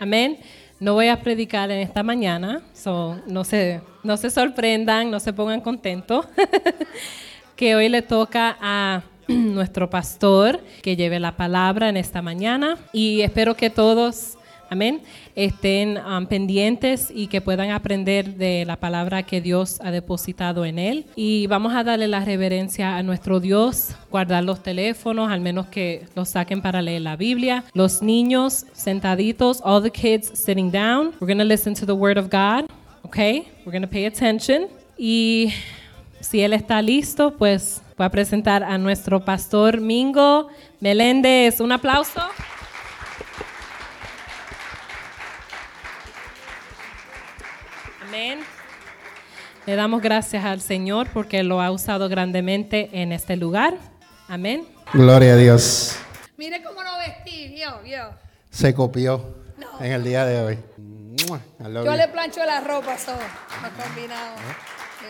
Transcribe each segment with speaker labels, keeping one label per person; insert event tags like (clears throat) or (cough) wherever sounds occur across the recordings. Speaker 1: Amén. No voy a predicar en esta mañana, so, no, se, no se sorprendan, no se pongan contentos, que hoy le toca a (clears throat) nuestro pastor que lleve la palabra en esta mañana y espero que todos, amén, estén um, pendientes y que puedan aprender de la palabra que Dios ha depositado en él. Y vamos a darle la reverencia a nuestro Dios, guardar los teléfonos, al menos que los saquen para leer la Biblia. Los niños sentaditos, all the kids sitting down. We're going to listen to the word of God, okay? We're going to pay attention. Y si él está listo, pues voy a presentar a nuestro pastor Mingo Meléndez. Un aplauso. Amén. Le damos gracias al Señor porque lo ha usado grandemente en este lugar. Amén.
Speaker 2: Gloria a Dios.
Speaker 3: Mire cómo lo vestí, vio, vio.
Speaker 2: Se copió en el día de hoy. Mua, I love
Speaker 3: Yo
Speaker 2: you.
Speaker 3: le plancho la ropa, so, lo combinado.
Speaker 2: Ah.
Speaker 3: Sí.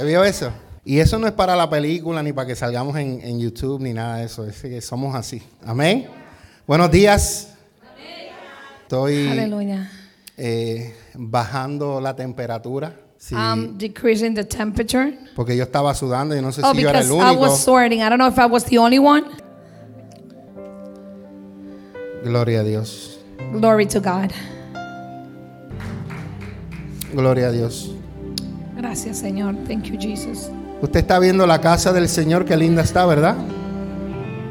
Speaker 2: ¿Te vio eso? Y eso no es para la película, ni para que salgamos en, en YouTube, ni nada de eso. Es que somos así. Amén. Buenos días. Estoy
Speaker 3: Aleluya.
Speaker 2: eh, bajando la temperatura. Sí,
Speaker 3: I'm decreasing the temperature.
Speaker 2: porque yo estaba sudando y no sé
Speaker 3: Um, Oh,
Speaker 2: si yo era el
Speaker 3: because I
Speaker 2: único.
Speaker 3: was sorting. I don't know if I was the only one.
Speaker 2: Gloria a Dios.
Speaker 3: Glory to God.
Speaker 2: Gloria a Dios.
Speaker 3: Gracias, Señor. Thank you, Jesus.
Speaker 2: Usted está viendo la casa del Señor, qué linda está, ¿verdad?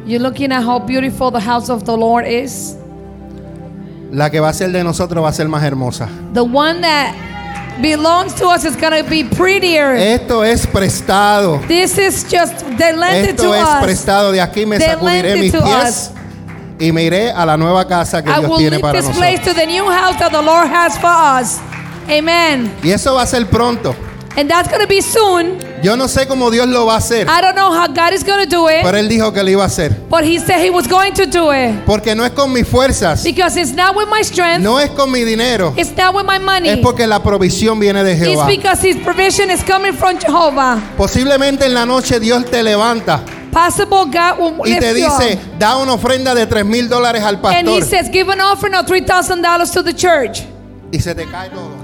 Speaker 3: You're looking at how beautiful the house of the Lord is.
Speaker 2: La que va a ser de nosotros va a ser más hermosa.
Speaker 3: The one that belongs to us is going to be prettier.
Speaker 2: Esto es prestado.
Speaker 3: This is just, they lent it
Speaker 2: Esto
Speaker 3: to
Speaker 2: es
Speaker 3: us.
Speaker 2: prestado de aquí, me
Speaker 3: They
Speaker 2: sacudiré
Speaker 3: lent
Speaker 2: mis
Speaker 3: it to
Speaker 2: pies
Speaker 3: us.
Speaker 2: y me iré a la nueva casa que
Speaker 3: I
Speaker 2: Dios
Speaker 3: will
Speaker 2: tiene
Speaker 3: leave
Speaker 2: para
Speaker 3: this place
Speaker 2: nosotros.
Speaker 3: to the new house that the Lord has for us. Amen.
Speaker 2: Y eso va a ser pronto.
Speaker 3: And that's going to be soon.
Speaker 2: Yo no sé cómo Dios lo va a hacer,
Speaker 3: I don't know how God is going to do it,
Speaker 2: pero Él dijo que lo iba a hacer.
Speaker 3: but He said He was going to do it.
Speaker 2: Porque no es con mis fuerzas,
Speaker 3: Because it's not with my strength,
Speaker 2: no es con mi dinero,
Speaker 3: it's not with my money.
Speaker 2: es porque la provisión viene de
Speaker 3: It's
Speaker 2: Jehová.
Speaker 3: because His provision is coming from Jehovah.
Speaker 2: Posiblemente en la noche Dios te levanta
Speaker 3: Possible God will
Speaker 2: y
Speaker 3: lift
Speaker 2: te
Speaker 3: you up.
Speaker 2: dice, da una ofrenda de 3 mil dólares al
Speaker 3: And He
Speaker 2: pastor
Speaker 3: says, give an offering of $3,000 to the church.
Speaker 2: y se te cae todo.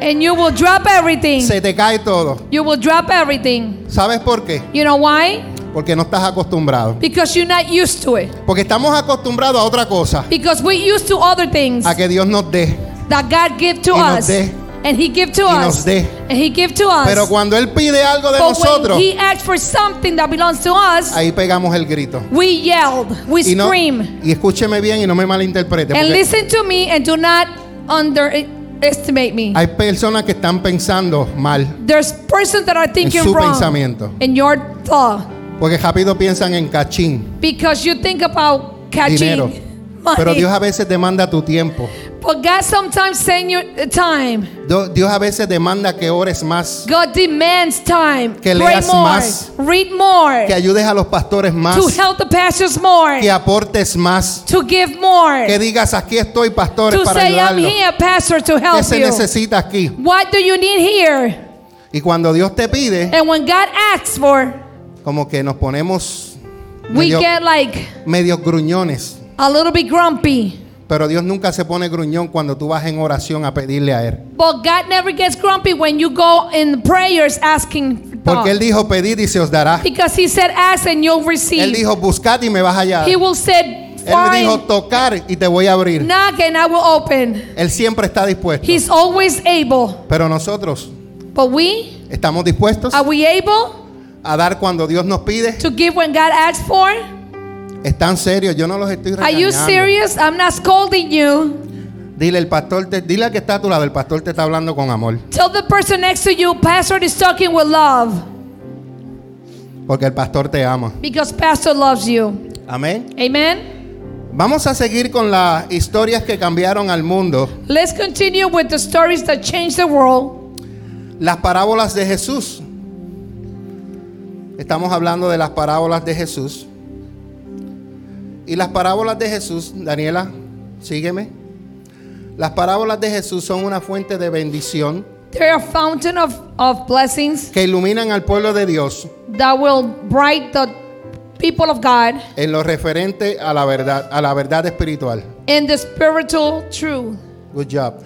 Speaker 3: And you will drop everything.
Speaker 2: Se te cae todo.
Speaker 3: You will drop everything.
Speaker 2: ¿Sabes por qué?
Speaker 3: You know why?
Speaker 2: Porque no estás acostumbrado.
Speaker 3: Because you're not used to it.
Speaker 2: Porque estamos acostumbrados a otra cosa.
Speaker 3: Because we're used to other things
Speaker 2: a que Dios nos dé.
Speaker 3: that God give to
Speaker 2: Y nos
Speaker 3: us,
Speaker 2: dé.
Speaker 3: and He give to
Speaker 2: Y
Speaker 3: us,
Speaker 2: nos dé.
Speaker 3: and He give to us.
Speaker 2: Pero cuando Él pide algo de
Speaker 3: but
Speaker 2: nosotros,
Speaker 3: when He asked for something that belongs to us,
Speaker 2: ahí pegamos el grito.
Speaker 3: we yelled, we
Speaker 2: Y, no-
Speaker 3: scream,
Speaker 2: y escúcheme bien y no me malinterprete.
Speaker 3: and
Speaker 2: porque
Speaker 3: listen to me, and do not underestimate me.
Speaker 2: hay personas que están pensando mal.
Speaker 3: There's persons that are thinking
Speaker 2: su
Speaker 3: wrong
Speaker 2: pensamiento.
Speaker 3: in your thought
Speaker 2: Porque rápido piensan en cachín,
Speaker 3: because you think about catching (laughs)
Speaker 2: dinero.
Speaker 3: money.
Speaker 2: Pero Dios a veces demanda tu tiempo.
Speaker 3: but God sometimes send you uh, time.
Speaker 2: Do- Dios a veces demanda que ores más,
Speaker 3: God demands time.
Speaker 2: Que
Speaker 3: Pray
Speaker 2: leas
Speaker 3: more.
Speaker 2: más.
Speaker 3: Read more.
Speaker 2: que ayudes a los pastores más,
Speaker 3: to help the pastors more,
Speaker 2: que aportes más,
Speaker 3: to give more,
Speaker 2: que digas aquí estoy pastores
Speaker 3: to
Speaker 2: para
Speaker 3: say, I'm
Speaker 2: ayudarlos.
Speaker 3: here, pastor, to
Speaker 2: ¿Qué
Speaker 3: help
Speaker 2: se
Speaker 3: you.
Speaker 2: necesita aquí?
Speaker 3: What do you need here?
Speaker 2: Y cuando Dios te pide,
Speaker 3: And when God asks for,
Speaker 2: como que nos ponemos
Speaker 3: we
Speaker 2: medio-
Speaker 3: get like
Speaker 2: medios gruñones.
Speaker 3: a little bit grumpy.
Speaker 2: Pero Dios nunca se pone gruñón cuando tú vas en oración a pedirle a Él.
Speaker 3: But God never gets grumpy when you go in prayers asking for
Speaker 2: Porque Él dijo, pedid y se os dará.
Speaker 3: Because He said, ask and you'll
Speaker 2: Él
Speaker 3: receive.
Speaker 2: dijo, buscad y me vas allá.
Speaker 3: he
Speaker 2: Él
Speaker 3: will say,
Speaker 2: me dijo,
Speaker 3: find,
Speaker 2: tocar y te voy a abrir.
Speaker 3: knock, and I will open.
Speaker 2: Él siempre está dispuesto.
Speaker 3: He's always able.
Speaker 2: Pero nosotros
Speaker 3: But we,
Speaker 2: estamos dispuestos
Speaker 3: are we able
Speaker 2: a dar cuando Dios nos pide.
Speaker 3: to give when God asks for?
Speaker 2: Están serios, yo no los estoy
Speaker 3: Are you
Speaker 2: regañando.
Speaker 3: serious? I'm not scolding you.
Speaker 2: Dile el pastor, te, dile al que está a tu lado, el pastor te está hablando con amor,
Speaker 3: Tell the person next to you, Pastor is talking with love
Speaker 2: porque el pastor te ama.
Speaker 3: because Pastor loves you.
Speaker 2: Amén.
Speaker 3: Amen.
Speaker 2: Vamos a seguir con las historias que cambiaron al mundo,
Speaker 3: Let's continue with the stories that change the world.
Speaker 2: las parábolas de Jesús. Estamos hablando de las parábolas de Jesús. Y las parábolas de Jesús, Daniela, sígueme. Las parábolas de Jesús son una fuente de bendición
Speaker 3: They're a fountain of, of blessings
Speaker 2: que iluminan al pueblo de Dios
Speaker 3: that will bright the people of God
Speaker 2: en lo referente a la verdad, a la verdad espiritual.
Speaker 3: in the spiritual truth.
Speaker 2: Good job.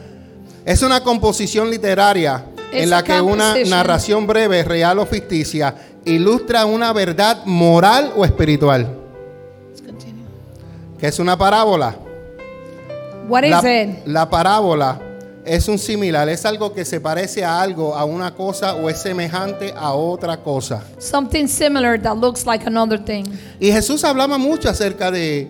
Speaker 2: Es una composición literaria
Speaker 3: It's
Speaker 2: en la
Speaker 3: a
Speaker 2: que una
Speaker 3: composition.
Speaker 2: narración breve, real o ficticia, ilustra una verdad moral o espiritual,
Speaker 3: Let's continue.
Speaker 2: que es una parábola.
Speaker 3: What is
Speaker 2: La,
Speaker 3: it?
Speaker 2: la parábola es un similar, es algo que se parece a algo, a una cosa o es semejante a otra cosa.
Speaker 3: Something similar that looks like another thing.
Speaker 2: Y Jesús hablaba mucho acerca de,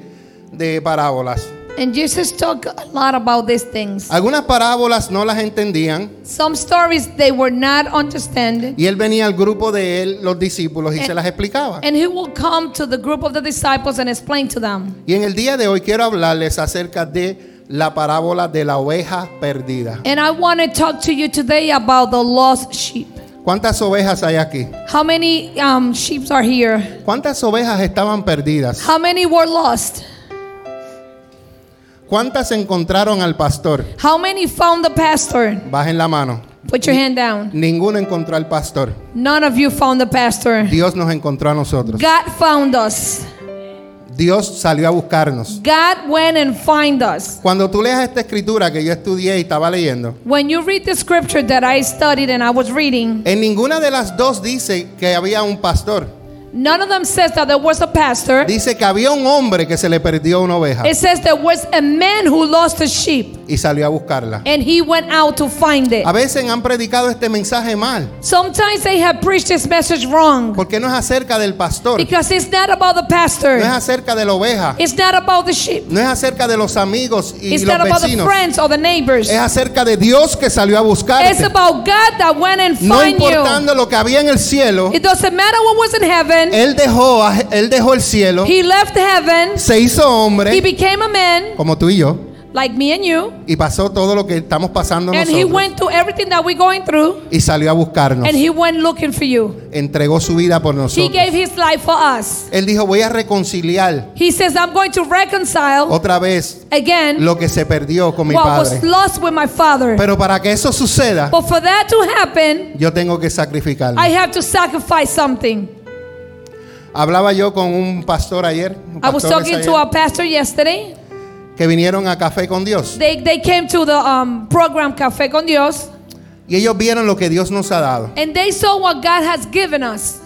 Speaker 2: de parábolas.
Speaker 3: And Jesus talked a lot about these things.
Speaker 2: Algunas parábolas no las entendían
Speaker 3: Some stories they were not understanding.
Speaker 2: y él venía al grupo de él, los discípulos, y se las explicaba.
Speaker 3: And he will come to the group of the disciples and explain to them.
Speaker 2: Y en el día de hoy quiero hablarles acerca de la parábola de la oveja perdida.
Speaker 3: And I want to talk to you today about the lost sheep.
Speaker 2: ¿Cuántas ovejas hay aquí?
Speaker 3: How many um, sheep are here?
Speaker 2: ¿Cuántas ovejas estaban perdidas?
Speaker 3: How many were lost?
Speaker 2: ¿Cuántas encontraron al pastor?
Speaker 3: How many found the pastor?
Speaker 2: Bajen la mano.
Speaker 3: Put your hand down.
Speaker 2: Ninguno encontró al pastor.
Speaker 3: None of you found the pastor.
Speaker 2: Dios nos encontró a nosotros.
Speaker 3: God found us.
Speaker 2: Dios salió a buscarnos.
Speaker 3: God went and find us.
Speaker 2: Cuando tú leas esta escritura que yo estudié y estaba leyendo,
Speaker 3: When you read the scripture that I studied and I was reading,
Speaker 2: en ninguna de las dos dice que había un pastor.
Speaker 3: none of them says that there was a pastor.
Speaker 2: Dice que había un hombre que se le perdió una oveja
Speaker 3: It says there was a man who lost a sheep
Speaker 2: y salió a buscarla.
Speaker 3: and he went out to find it.
Speaker 2: A veces han predicado este mensaje mal.
Speaker 3: Sometimes they have preached this message wrong
Speaker 2: Porque no es acerca del pastor, no
Speaker 3: because it's not about the pastor.
Speaker 2: es acerca de la oveja,
Speaker 3: It's not about the sheep.
Speaker 2: no es acerca de los amigos y
Speaker 3: It's
Speaker 2: los
Speaker 3: not about the
Speaker 2: vecinos.
Speaker 3: friends or the neighbors.
Speaker 2: Es acerca de Dios que salió a
Speaker 3: It's
Speaker 2: buscarte.
Speaker 3: about God that went and
Speaker 2: No
Speaker 3: find you.
Speaker 2: importando lo que había en el cielo,
Speaker 3: It doesn't matter what was in heaven.
Speaker 2: él dejó, a- él dejó el cielo,
Speaker 3: He left heaven.
Speaker 2: se hizo
Speaker 3: He
Speaker 2: hombre
Speaker 3: became a man
Speaker 2: como tú y yo
Speaker 3: like me and you.
Speaker 2: y pasó todo lo que estamos pasando
Speaker 3: And he
Speaker 2: nosotros
Speaker 3: went through everything that we're going through.
Speaker 2: y salió a buscarnos.
Speaker 3: And he went looking for you.
Speaker 2: Entregó su vida por
Speaker 3: He
Speaker 2: nosotros.
Speaker 3: gave his life for us.
Speaker 2: Él dijo, voy a reconciliar
Speaker 3: He says, I'm going to reconcile
Speaker 2: otra vez
Speaker 3: again
Speaker 2: Oh, lo que se perdió con mi
Speaker 3: what was
Speaker 2: padre.
Speaker 3: lost with my father.
Speaker 2: Pero para que eso suceda,
Speaker 3: But for that to happen,
Speaker 2: yo tengo que sacrificarme.
Speaker 3: I have to sacrifice something.
Speaker 2: Hablaba yo con un pastor ayer, un
Speaker 3: I was
Speaker 2: pastores
Speaker 3: talking
Speaker 2: ayer,
Speaker 3: to our pastor yesterday.
Speaker 2: que vinieron a Café con Dios
Speaker 3: They, they came to the um, program Café con Dios
Speaker 2: y ellos vieron lo que Dios nos ha dado.
Speaker 3: and they saw what God has given us.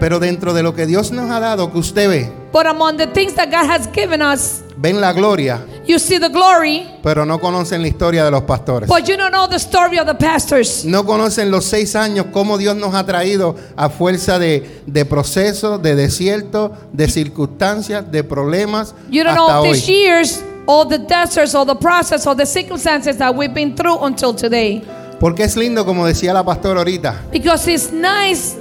Speaker 2: Pero dentro de lo que Dios nos ha dado, que usted ve,
Speaker 3: But among the things that God has given us,
Speaker 2: ven la gloria,
Speaker 3: you see the glory,
Speaker 2: pero no conocen la historia de los pastores.
Speaker 3: but you don't know the story of the pastors.
Speaker 2: No conocen los seis años, cómo Dios nos ha traído a fuerza de, de procesos, de desiertos, de circunstancias, de problemas
Speaker 3: You don't
Speaker 2: hasta
Speaker 3: know
Speaker 2: hoy.
Speaker 3: these years, all the deserts, all the process, all the circumstances that we've been through until today.
Speaker 2: Porque es lindo, como decía la pastora ahorita,
Speaker 3: Because it's nice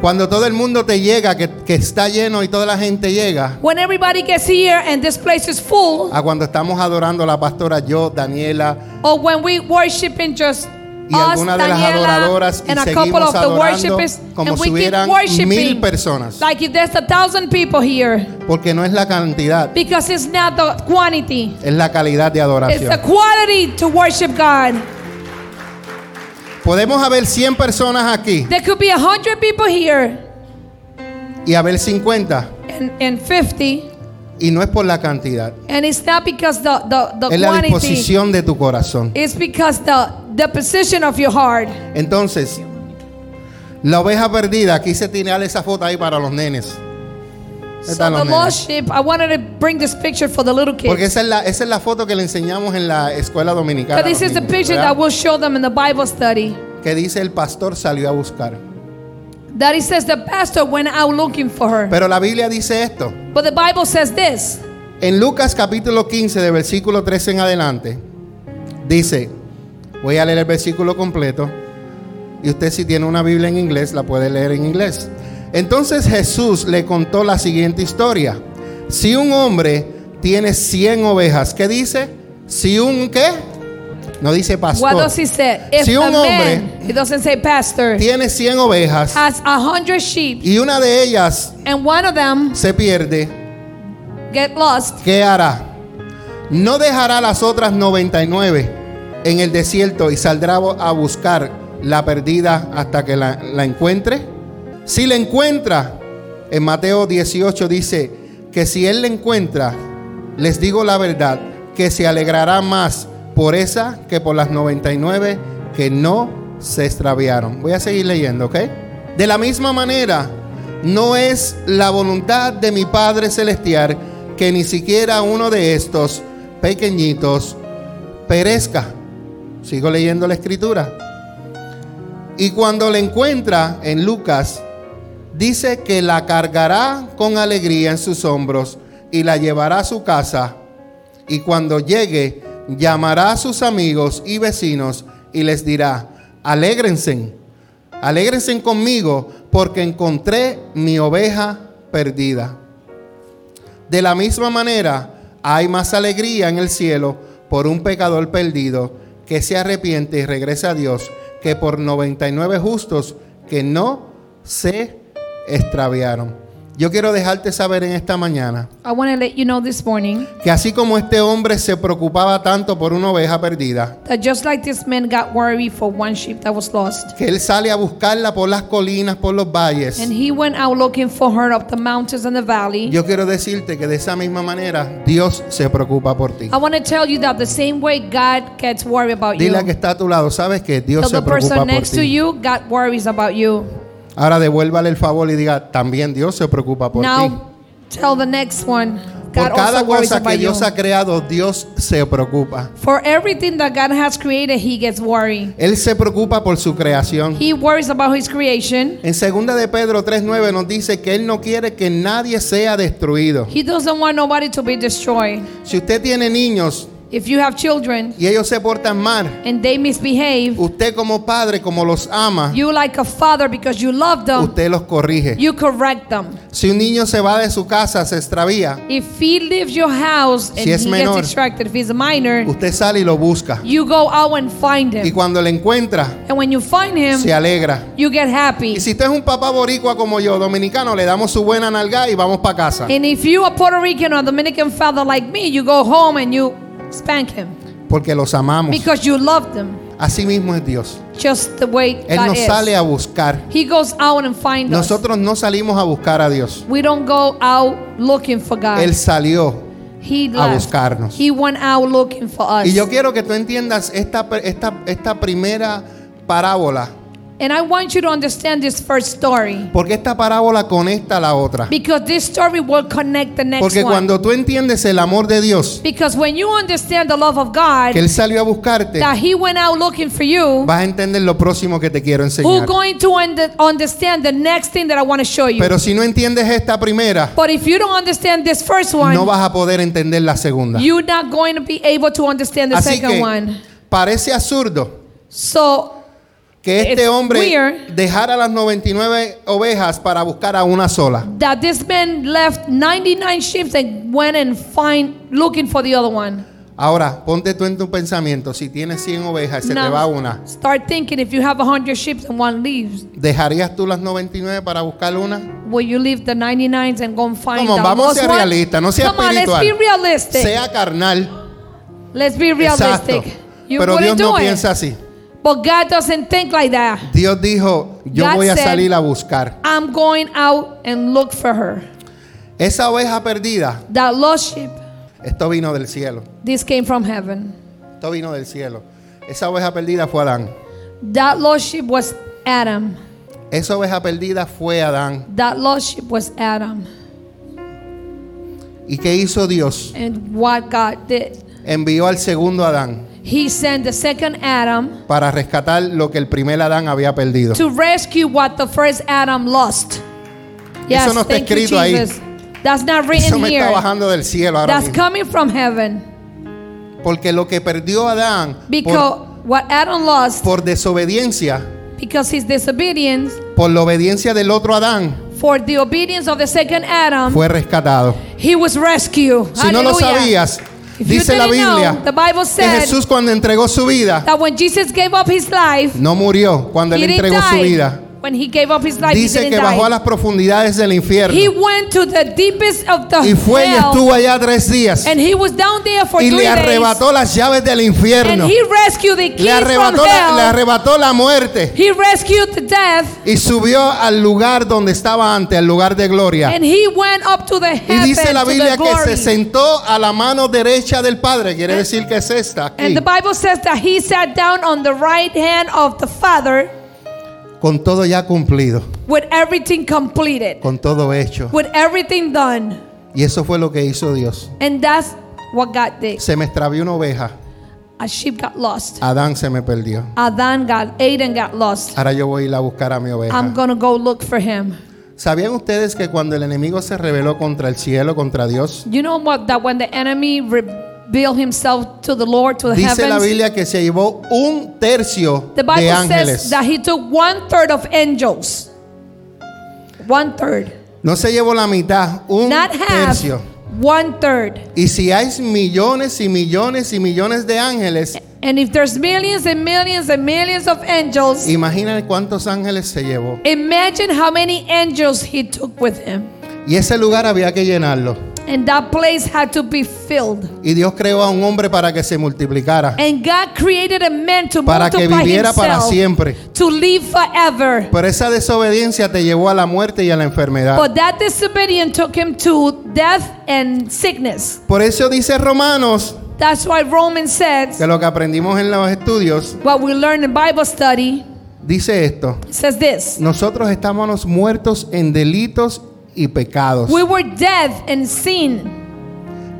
Speaker 2: cuando todo el mundo te llega, que, que está lleno y toda la gente llega.
Speaker 3: when everybody gets here and this place is full,
Speaker 2: a cuando estamos adorando a la pastora yo, Daniela,
Speaker 3: or when we worshiping just
Speaker 2: y
Speaker 3: us,
Speaker 2: algunas de las adoradoras
Speaker 3: Daniela,
Speaker 2: y
Speaker 3: and a couple
Speaker 2: seguimos
Speaker 3: of the
Speaker 2: adorando
Speaker 3: worshipers,
Speaker 2: como
Speaker 3: and
Speaker 2: si
Speaker 3: we keep
Speaker 2: hubieran mil
Speaker 3: worshiping
Speaker 2: personas.
Speaker 3: like if there's a thousand people here,
Speaker 2: Porque no es la cantidad,
Speaker 3: because it's not the quantity,
Speaker 2: es la calidad de
Speaker 3: it's the
Speaker 2: adoración.
Speaker 3: quality to worship God.
Speaker 2: Podemos haber 100 personas aquí
Speaker 3: There could be a hundred people here
Speaker 2: y haber 50
Speaker 3: and, and fifty,
Speaker 2: y no es por la cantidad,
Speaker 3: and it's not because the the, the
Speaker 2: es la
Speaker 3: quantity.
Speaker 2: disposición de tu corazón.
Speaker 3: It's because the the position of your heart.
Speaker 2: Entonces, la oveja perdida, aquí se tiene esa foto ahí para los nenes. ¿Dónde
Speaker 3: So
Speaker 2: están los
Speaker 3: the
Speaker 2: nenes?
Speaker 3: lost sheep. I wanted to bring this picture for the little
Speaker 2: Porque
Speaker 3: kids.
Speaker 2: esa es, la, esa es la foto que le enseñamos en la escuela dominicana.
Speaker 3: So
Speaker 2: a
Speaker 3: this
Speaker 2: los
Speaker 3: is the
Speaker 2: niños,
Speaker 3: picture
Speaker 2: ¿verdad?
Speaker 3: that we'll show them in the Bible study.
Speaker 2: que dice el pastor salió a buscar.
Speaker 3: That it says the pastor went out looking for her.
Speaker 2: Pero la Biblia dice esto.
Speaker 3: But the Bible says this.
Speaker 2: En Lucas capítulo 15 de versículo 13 en adelante dice, voy a leer el versículo completo y usted si tiene una Biblia en inglés la puede leer en inglés. Entonces Jesús le contó la siguiente historia. Si un hombre tiene 100 ovejas, ¿qué dice? Si un qué? No dice
Speaker 3: What
Speaker 2: pastor.
Speaker 3: does he say? If
Speaker 2: Si
Speaker 3: a
Speaker 2: un
Speaker 3: man, it doesn't say Ah. pastor,
Speaker 2: Tiene 100 ovejas
Speaker 3: has a hundred sheep
Speaker 2: y una de ellas
Speaker 3: and one of them
Speaker 2: se pierde,
Speaker 3: get lost,
Speaker 2: ¿qué hará? No dejará las otras 99 en el desierto y saldrá a buscar la perdida hasta que la, la encuentre. Si le encuentra, en Mateo 18 dice que si él le encuentra, les digo la verdad, que se alegrará más por esa que por las 99 que no se extraviaron. Voy a seguir leyendo, ¿ok? De la misma manera, no es la voluntad de mi Padre Celestial que ni siquiera uno de estos pequeñitos perezca. Sigo leyendo la escritura. Y cuando le encuentra en Lucas, dice que la cargará con alegría en sus hombros y la llevará a su casa. Y cuando llegue, llamará a sus amigos y vecinos y les dirá, alégrense, alégrense conmigo porque encontré mi oveja perdida. De la misma manera, hay más alegría en el cielo por un pecador perdido que se arrepiente y regresa a Dios que por 99 justos que no se extraviaron. Yo quiero dejarte saber en esta mañana
Speaker 3: I want to let you know this morning
Speaker 2: que así como este hombre se preocupaba tanto por una oveja perdida,
Speaker 3: that just like this man got worried for one sheep that was lost,
Speaker 2: que él sale a buscarla por las colinas, por los valles.
Speaker 3: and he went out looking for her up the mountains and the valley.
Speaker 2: Yo quiero decirte que de esa misma manera Dios se preocupa por ti.
Speaker 3: I want to tell you that the same way God gets worried about you,
Speaker 2: Dile a que está a tu lado, sabes que Dios
Speaker 3: so
Speaker 2: se
Speaker 3: the
Speaker 2: preocupa
Speaker 3: person
Speaker 2: por
Speaker 3: next to
Speaker 2: ti.
Speaker 3: you, God worries about you.
Speaker 2: Ahora devuélvale el favor y diga, también Dios se preocupa por ti.
Speaker 3: Now tell the next one, God
Speaker 2: Por cada
Speaker 3: also worries
Speaker 2: cosa que
Speaker 3: about you.
Speaker 2: Dios ha creado, Dios se preocupa.
Speaker 3: For everything that God has created, he gets worried.
Speaker 2: Él se preocupa por su creación.
Speaker 3: He worries about his creation.
Speaker 2: En 2 de Pedro 3:9 nos dice que él no quiere que nadie sea destruido.
Speaker 3: He doesn't want nobody to be destroyed.
Speaker 2: Si usted tiene niños
Speaker 3: If you have children
Speaker 2: y ellos se portan mal,
Speaker 3: and they misbehave,
Speaker 2: usted como padre, como los ama,
Speaker 3: you like a father because you love them,
Speaker 2: usted los corrige.
Speaker 3: you correct them.
Speaker 2: Si un niño se va de su casa, se extravía,
Speaker 3: If he leaves your house and
Speaker 2: Si es
Speaker 3: he
Speaker 2: menor.
Speaker 3: gets distracted, if he's a minor,
Speaker 2: usted sale y lo busca.
Speaker 3: you go out and find
Speaker 2: Y
Speaker 3: him.
Speaker 2: cuando le encuentra,
Speaker 3: And when you find him,
Speaker 2: se alegra.
Speaker 3: you get happy.
Speaker 2: Y si usted es un papá boricua como yo, dominicano, le damos su buena nalga y vamos para casa.
Speaker 3: And if you a Puerto Rican or Dominican father like me, you go home and you spank him
Speaker 2: Porque los amamos.
Speaker 3: because you love them
Speaker 2: Así mismo es Dios.
Speaker 3: just the way
Speaker 2: Él
Speaker 3: God
Speaker 2: nos
Speaker 3: is.
Speaker 2: sale a buscar.
Speaker 3: He goes out and finds us.
Speaker 2: Nosotros no salimos a buscar a Dios.
Speaker 3: We don't go out looking for God.
Speaker 2: Él salió.
Speaker 3: he
Speaker 2: a
Speaker 3: left.
Speaker 2: buscarnos.
Speaker 3: He went out looking for us.
Speaker 2: Y yo quiero que tú entiendas esta, esta, esta primera parábola.
Speaker 3: and I want you to understand this first story
Speaker 2: Porque esta parábola conecta a la otra.
Speaker 3: because this story will connect the next
Speaker 2: Porque
Speaker 3: one.
Speaker 2: cuando tú entiendes el amor de Dios,
Speaker 3: because when you understand the love of God,
Speaker 2: que Él salió a buscarte,
Speaker 3: that He went out looking for you,
Speaker 2: vas a entender lo próximo que te quiero
Speaker 3: who
Speaker 2: enseñar.
Speaker 3: going to und- understand the next thing that I want to show you?
Speaker 2: Pero si no entiendes esta primera,
Speaker 3: but if you don't understand this first one,
Speaker 2: no vas a poder entender la segunda.
Speaker 3: you're not going to be able to understand the
Speaker 2: Así
Speaker 3: second
Speaker 2: que
Speaker 3: one.
Speaker 2: parece absurdo
Speaker 3: So
Speaker 2: que este
Speaker 3: It's
Speaker 2: hombre
Speaker 3: weird.
Speaker 2: dejara las 99 ovejas para buscar a una sola.
Speaker 3: that this man left 99 sheep and went and find looking for the other one.
Speaker 2: Ahora, ponte tú en tu pensamiento, si tienes 100 ovejas y se te
Speaker 3: Now,
Speaker 2: va una,
Speaker 3: Start thinking if you have 100 sheep and one leaves,
Speaker 2: ¿dejarías tú las 99 para buscar una?
Speaker 3: will you leave the 99s and go and find
Speaker 2: Come on,
Speaker 3: the
Speaker 2: vamos a
Speaker 3: lost
Speaker 2: ser
Speaker 3: one?
Speaker 2: realistas, no sea
Speaker 3: Come on, let's be
Speaker 2: espiritual.
Speaker 3: realistic.
Speaker 2: Sea carnal.
Speaker 3: let's be
Speaker 2: Exacto.
Speaker 3: realistic. You
Speaker 2: Pero Dios
Speaker 3: wouldn't do
Speaker 2: no
Speaker 3: it.
Speaker 2: piensa así.
Speaker 3: But God doesn't think like that.
Speaker 2: Dios dijo, yo
Speaker 3: God
Speaker 2: voy a
Speaker 3: said-
Speaker 2: salir a buscar.
Speaker 3: I'm going out and look for her.
Speaker 2: Esa oveja perdida,
Speaker 3: That lost sheep,
Speaker 2: esto vino del cielo.
Speaker 3: this came from heaven.
Speaker 2: Esto vino del cielo. Esa oveja perdida fue Adán.
Speaker 3: That lost sheep was Adam.
Speaker 2: Esa oveja perdida fue Adán.
Speaker 3: That lost sheep was Adam.
Speaker 2: ¿Y qué hizo Dios?
Speaker 3: And what God did,
Speaker 2: Envió al segundo Adán
Speaker 3: He sent the second Adam
Speaker 2: para rescatar lo que el primer Adán había perdido.
Speaker 3: to rescue what the first Adam lost. Yes,
Speaker 2: Eso no está
Speaker 3: thank you,
Speaker 2: escrito ahí.
Speaker 3: Jesus. That's not
Speaker 2: Eso
Speaker 3: written
Speaker 2: me está
Speaker 3: here.
Speaker 2: bajando del cielo ahora
Speaker 3: That's
Speaker 2: mismo.
Speaker 3: coming from heaven.
Speaker 2: Porque lo que perdió Adán
Speaker 3: Because
Speaker 2: por,
Speaker 3: what Adam lost,
Speaker 2: por desobediencia,
Speaker 3: because his disobedience,
Speaker 2: por la obediencia del otro Adán,
Speaker 3: for the obedience of the second Adam,
Speaker 2: fue rescatado.
Speaker 3: he was rescued.
Speaker 2: Si no lo
Speaker 3: Um, Hallelujah.
Speaker 2: sabías,
Speaker 3: If you
Speaker 2: dice la
Speaker 3: didn't know, the
Speaker 2: Biblia
Speaker 3: Bible
Speaker 2: que
Speaker 3: said
Speaker 2: Jesús cuando entregó su vida,
Speaker 3: that when Jesus gave up his life,
Speaker 2: no murió cuando él
Speaker 3: he didn't
Speaker 2: entregó su
Speaker 3: die.
Speaker 2: vida.
Speaker 3: When he gave up his life, he
Speaker 2: Dice
Speaker 3: didn't
Speaker 2: que bajó a
Speaker 3: die.
Speaker 2: las profundidades del infierno.
Speaker 3: He went to the deepest of the
Speaker 2: Y fue y
Speaker 3: Oh, hell,
Speaker 2: estuvo allá tres días.
Speaker 3: and he was down there for
Speaker 2: Y
Speaker 3: three
Speaker 2: le
Speaker 3: days.
Speaker 2: arrebató las llaves del
Speaker 3: And
Speaker 2: infierno.
Speaker 3: he rescued the keys
Speaker 2: Le
Speaker 3: from
Speaker 2: arrebató, la,
Speaker 3: hell.
Speaker 2: le arrebató la muerte.
Speaker 3: he rescued the death,
Speaker 2: Y subió al lugar donde estaba antes, al lugar de gloria.
Speaker 3: and he went up to the
Speaker 2: Y
Speaker 3: heaven
Speaker 2: dice la Biblia
Speaker 3: to the
Speaker 2: que se
Speaker 3: glory.
Speaker 2: sentó a la mano derecha del Padre. Quiere decir que es esta.
Speaker 3: and
Speaker 2: Aquí,
Speaker 3: the Bible says that he sat down on the right hand of the Father
Speaker 2: con todo ya cumplido.
Speaker 3: with everything completed,
Speaker 2: Con todo hecho.
Speaker 3: with everything done.
Speaker 2: Y eso fue lo que hizo Dios.
Speaker 3: And that's what God did.
Speaker 2: Se me extravió una oveja.
Speaker 3: A sheep got lost.
Speaker 2: Adán se me perdió.
Speaker 3: Adan got, Aiden got lost.
Speaker 2: Ahora yo voy a ir a buscar a mi
Speaker 3: I'm
Speaker 2: oveja.
Speaker 3: gonna go look for him.
Speaker 2: ¿Sabían ustedes que cuando el enemigo se rebeló contra el cielo, contra Dios,
Speaker 3: You know what? That when the enemy revealed himself to the Lord, to the
Speaker 2: dice la
Speaker 3: heavens,
Speaker 2: Biblia que se llevó un tercio
Speaker 3: Pues, the Bible
Speaker 2: de
Speaker 3: says
Speaker 2: ángeles?
Speaker 3: that he took one third of angels. One third.
Speaker 2: No se llevó la mitad, un
Speaker 3: Not half.
Speaker 2: tercio.
Speaker 3: One third.
Speaker 2: Y si hay millones y millones y millones de ángeles,
Speaker 3: And if there's millions and millions and millions of angels,
Speaker 2: imaginen cuántos ángeles se llevó.
Speaker 3: imagine how many angels he took with him.
Speaker 2: Y ese lugar había que llenarlo.
Speaker 3: And that place had to be filled.
Speaker 2: Y Dios creó a un hombre para que se multiplicara,
Speaker 3: And God created a man to
Speaker 2: para que
Speaker 3: multiply
Speaker 2: viviera para
Speaker 3: himself.
Speaker 2: siempre.
Speaker 3: to live forever.
Speaker 2: Pero esa desobediencia te llevó a la muerte y a la enfermedad.
Speaker 3: But that disobedience took him to death and sickness.
Speaker 2: Por eso dice Romanos
Speaker 3: That's why Romans says
Speaker 2: que lo que aprendimos en los estudios
Speaker 3: what we learned in Bible study
Speaker 2: dice esto.
Speaker 3: says this.
Speaker 2: Nosotros estábamos muertos en delitos y pecados.
Speaker 3: We were dead and sin,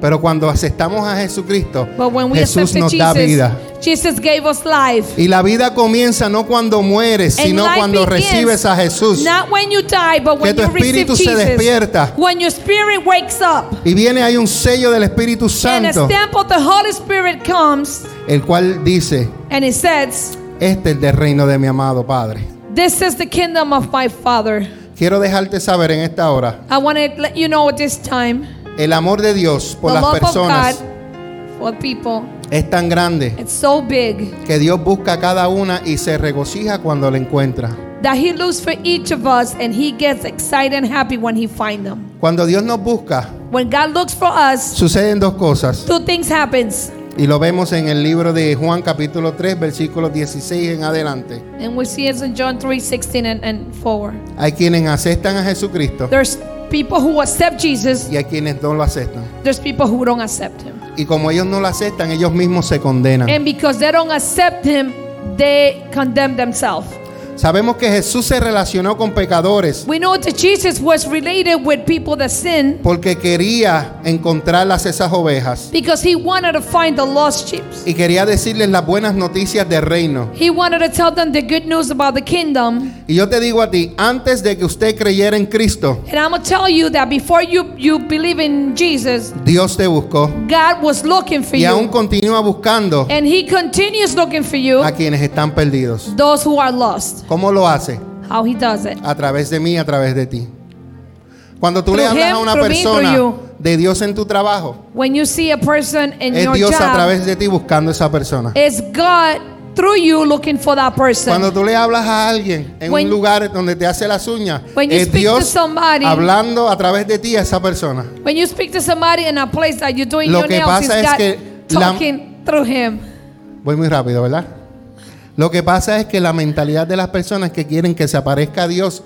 Speaker 2: Pero cuando aceptamos a Jesucristo,
Speaker 3: but when we
Speaker 2: Jesús nos
Speaker 3: accepted
Speaker 2: da
Speaker 3: Jesus,
Speaker 2: vida.
Speaker 3: Jesus gave us life.
Speaker 2: Y la vida comienza no cuando mueres,
Speaker 3: And
Speaker 2: sino
Speaker 3: life
Speaker 2: cuando
Speaker 3: begins
Speaker 2: recibes a Jesús.
Speaker 3: Not when you die, but when
Speaker 2: tu
Speaker 3: you receive
Speaker 2: espíritu se despierta.
Speaker 3: Jesus. When your spirit wakes up
Speaker 2: Y viene ahí un sello del Espíritu
Speaker 3: and a
Speaker 2: Santo,
Speaker 3: stamp of the Holy Spirit comes
Speaker 2: el cual dice,
Speaker 3: and it says,
Speaker 2: este es del reino de mi amado Padre.
Speaker 3: This is the kingdom of my Father.
Speaker 2: Quiero dejarte saber en esta hora
Speaker 3: I want to let you know at this time
Speaker 2: el amor de Dios por
Speaker 3: the
Speaker 2: las
Speaker 3: love
Speaker 2: personas
Speaker 3: of God for people.
Speaker 2: es tan grande
Speaker 3: It's so big
Speaker 2: que Dios busca a cada una y se regocija cuando la encuentra.
Speaker 3: that He looks for each of us and He gets excited and happy when He finds them.
Speaker 2: Cuando Dios nos busca,
Speaker 3: When God looks for us,
Speaker 2: suceden dos cosas.
Speaker 3: two things happens,
Speaker 2: Y lo vemos en el libro de Juan capítulo 3, versículos 16 en adelante.
Speaker 3: and we see it in John 3, 16 and, and forward.
Speaker 2: Hay quienes aceptan a Jesucristo
Speaker 3: There's people who accept Jesus,
Speaker 2: y hay quienes no lo aceptan.
Speaker 3: there's people who don't accept Him.
Speaker 2: Y como ellos no lo aceptan, ellos mismos se condenan.
Speaker 3: And because they don't accept Him, they condemn themselves.
Speaker 2: Sabemos que Jesús se relacionó con pecadores
Speaker 3: We know that Jesus was related with people that sin
Speaker 2: porque quería encontrarlas esas ovejas
Speaker 3: because He wanted to find the lost sheep.
Speaker 2: y quería decirles las buenas noticias del reino.
Speaker 3: He wanted to tell them the good news about the kingdom.
Speaker 2: Y yo te digo a ti, antes de que usted creyera en Cristo,
Speaker 3: And I'm going to tell you that before you, you believe in Jesus,
Speaker 2: Dios te buscó
Speaker 3: God was looking for
Speaker 2: y aún
Speaker 3: you.
Speaker 2: continúa buscando
Speaker 3: And He continues looking for you,
Speaker 2: a quienes están perdidos.
Speaker 3: those who are lost.
Speaker 2: ¿Cómo lo hace?
Speaker 3: How He does it.
Speaker 2: a través de mí, a través de ti. Cuando tú
Speaker 3: Through
Speaker 2: le hablas
Speaker 3: him,
Speaker 2: a una
Speaker 3: through me,
Speaker 2: persona
Speaker 3: through you.
Speaker 2: de Dios en tu trabajo,
Speaker 3: When you see a person in
Speaker 2: es
Speaker 3: your
Speaker 2: Dios a
Speaker 3: job,
Speaker 2: través de ti buscando esa persona.
Speaker 3: it's God through you looking for that person.
Speaker 2: Cuando tú le hablas a alguien en
Speaker 3: When-
Speaker 2: un lugar donde te hace las uñas,
Speaker 3: When you
Speaker 2: es
Speaker 3: speak to
Speaker 2: Dios
Speaker 3: somebody-
Speaker 2: hablando a través de ti a esa persona.
Speaker 3: When you speak to somebody in a place that you're doing
Speaker 2: Lo
Speaker 3: your
Speaker 2: que
Speaker 3: nails,
Speaker 2: pasa
Speaker 3: it's
Speaker 2: es
Speaker 3: God
Speaker 2: que la-
Speaker 3: talking through Him.
Speaker 2: Voy muy rápido, ¿verdad? Lo que pasa es que la mentalidad de las personas es que quieren que se aparezca a Dios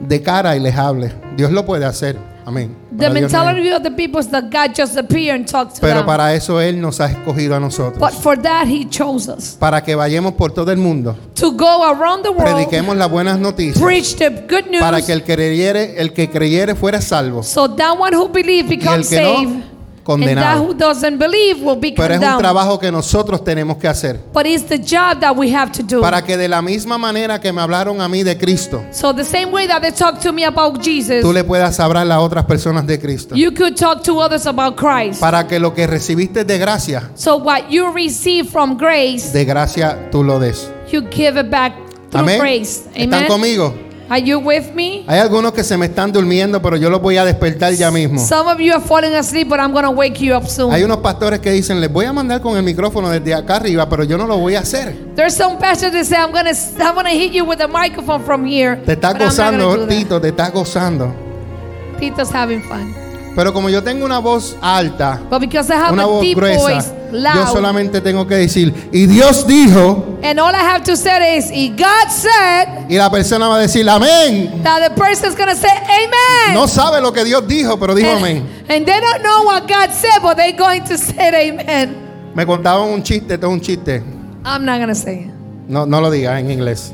Speaker 2: de cara y les hable. Dios lo puede hacer. Amén.
Speaker 3: The
Speaker 2: Para Dios no hay-
Speaker 3: mentality of the people is that God just appear and talk to
Speaker 2: Pero
Speaker 3: them.
Speaker 2: para eso Él nos ha escogido a nosotros.
Speaker 3: But for that He chose us.
Speaker 2: Para que vayamos por todo el mundo
Speaker 3: to go around the world,
Speaker 2: prediquemos las buenas noticias
Speaker 3: preach the good news,
Speaker 2: para que el que creyere, el que creyere fuera salvo
Speaker 3: so that one who believes
Speaker 2: y el
Speaker 3: becomes
Speaker 2: que no
Speaker 3: saved, and that
Speaker 2: condenado.
Speaker 3: who doesn't believe will be
Speaker 2: Pero es un
Speaker 3: condemned.
Speaker 2: trabajo que nosotros tenemos que hacer
Speaker 3: But it's the job that we have to do.
Speaker 2: para que de la misma manera que me hablaron a mí de Cristo,
Speaker 3: so the same way that they talk to me about Jesus,
Speaker 2: tú le puedas hablar a otras personas de Cristo.
Speaker 3: you could talk to others about Christ.
Speaker 2: Para que lo que recibiste de gracia,
Speaker 3: so what you receive from grace,
Speaker 2: de gracia tú lo des.
Speaker 3: you give it back through
Speaker 2: Amén.
Speaker 3: grace.
Speaker 2: ¿Están
Speaker 3: Amen.
Speaker 2: conmigo?
Speaker 3: Are you with me?
Speaker 2: Hay algunos que se me están durmiendo, pero yo los voy a despertar ya mismo.
Speaker 3: Some of you are falling asleep, but I'm going to wake you up soon.
Speaker 2: Hay unos pastores que dicen, les voy a mandar con el micrófono desde acá arriba, pero yo no lo voy a hacer.
Speaker 3: There's some pastors that say, I'm going to I'm gonna hit you with a microphone from here.
Speaker 2: Te estás
Speaker 3: but I'm not
Speaker 2: gozando,
Speaker 3: gonna do
Speaker 2: Tito, te estás gozando.
Speaker 3: that. Tito's having fun.
Speaker 2: Pero como yo tengo una voz alta,
Speaker 3: But because I have
Speaker 2: una
Speaker 3: a
Speaker 2: voz
Speaker 3: deep voice,
Speaker 2: gruesa, yo
Speaker 3: loud,
Speaker 2: solamente tengo que decir, y Dios dijo,
Speaker 3: and all I have to say is, if God said,
Speaker 2: y la persona va a decir, amén.
Speaker 3: that the person's going to say, Amen.
Speaker 2: No sabe lo que Dios dijo, pero
Speaker 3: Eh.
Speaker 2: dijo amén.
Speaker 3: and, and they don't know what God said, but they're going to say, Amen.
Speaker 2: Me contaban un chiste, todo un chiste.
Speaker 3: I'm not going to say it.
Speaker 2: No, no lo digas en inglés.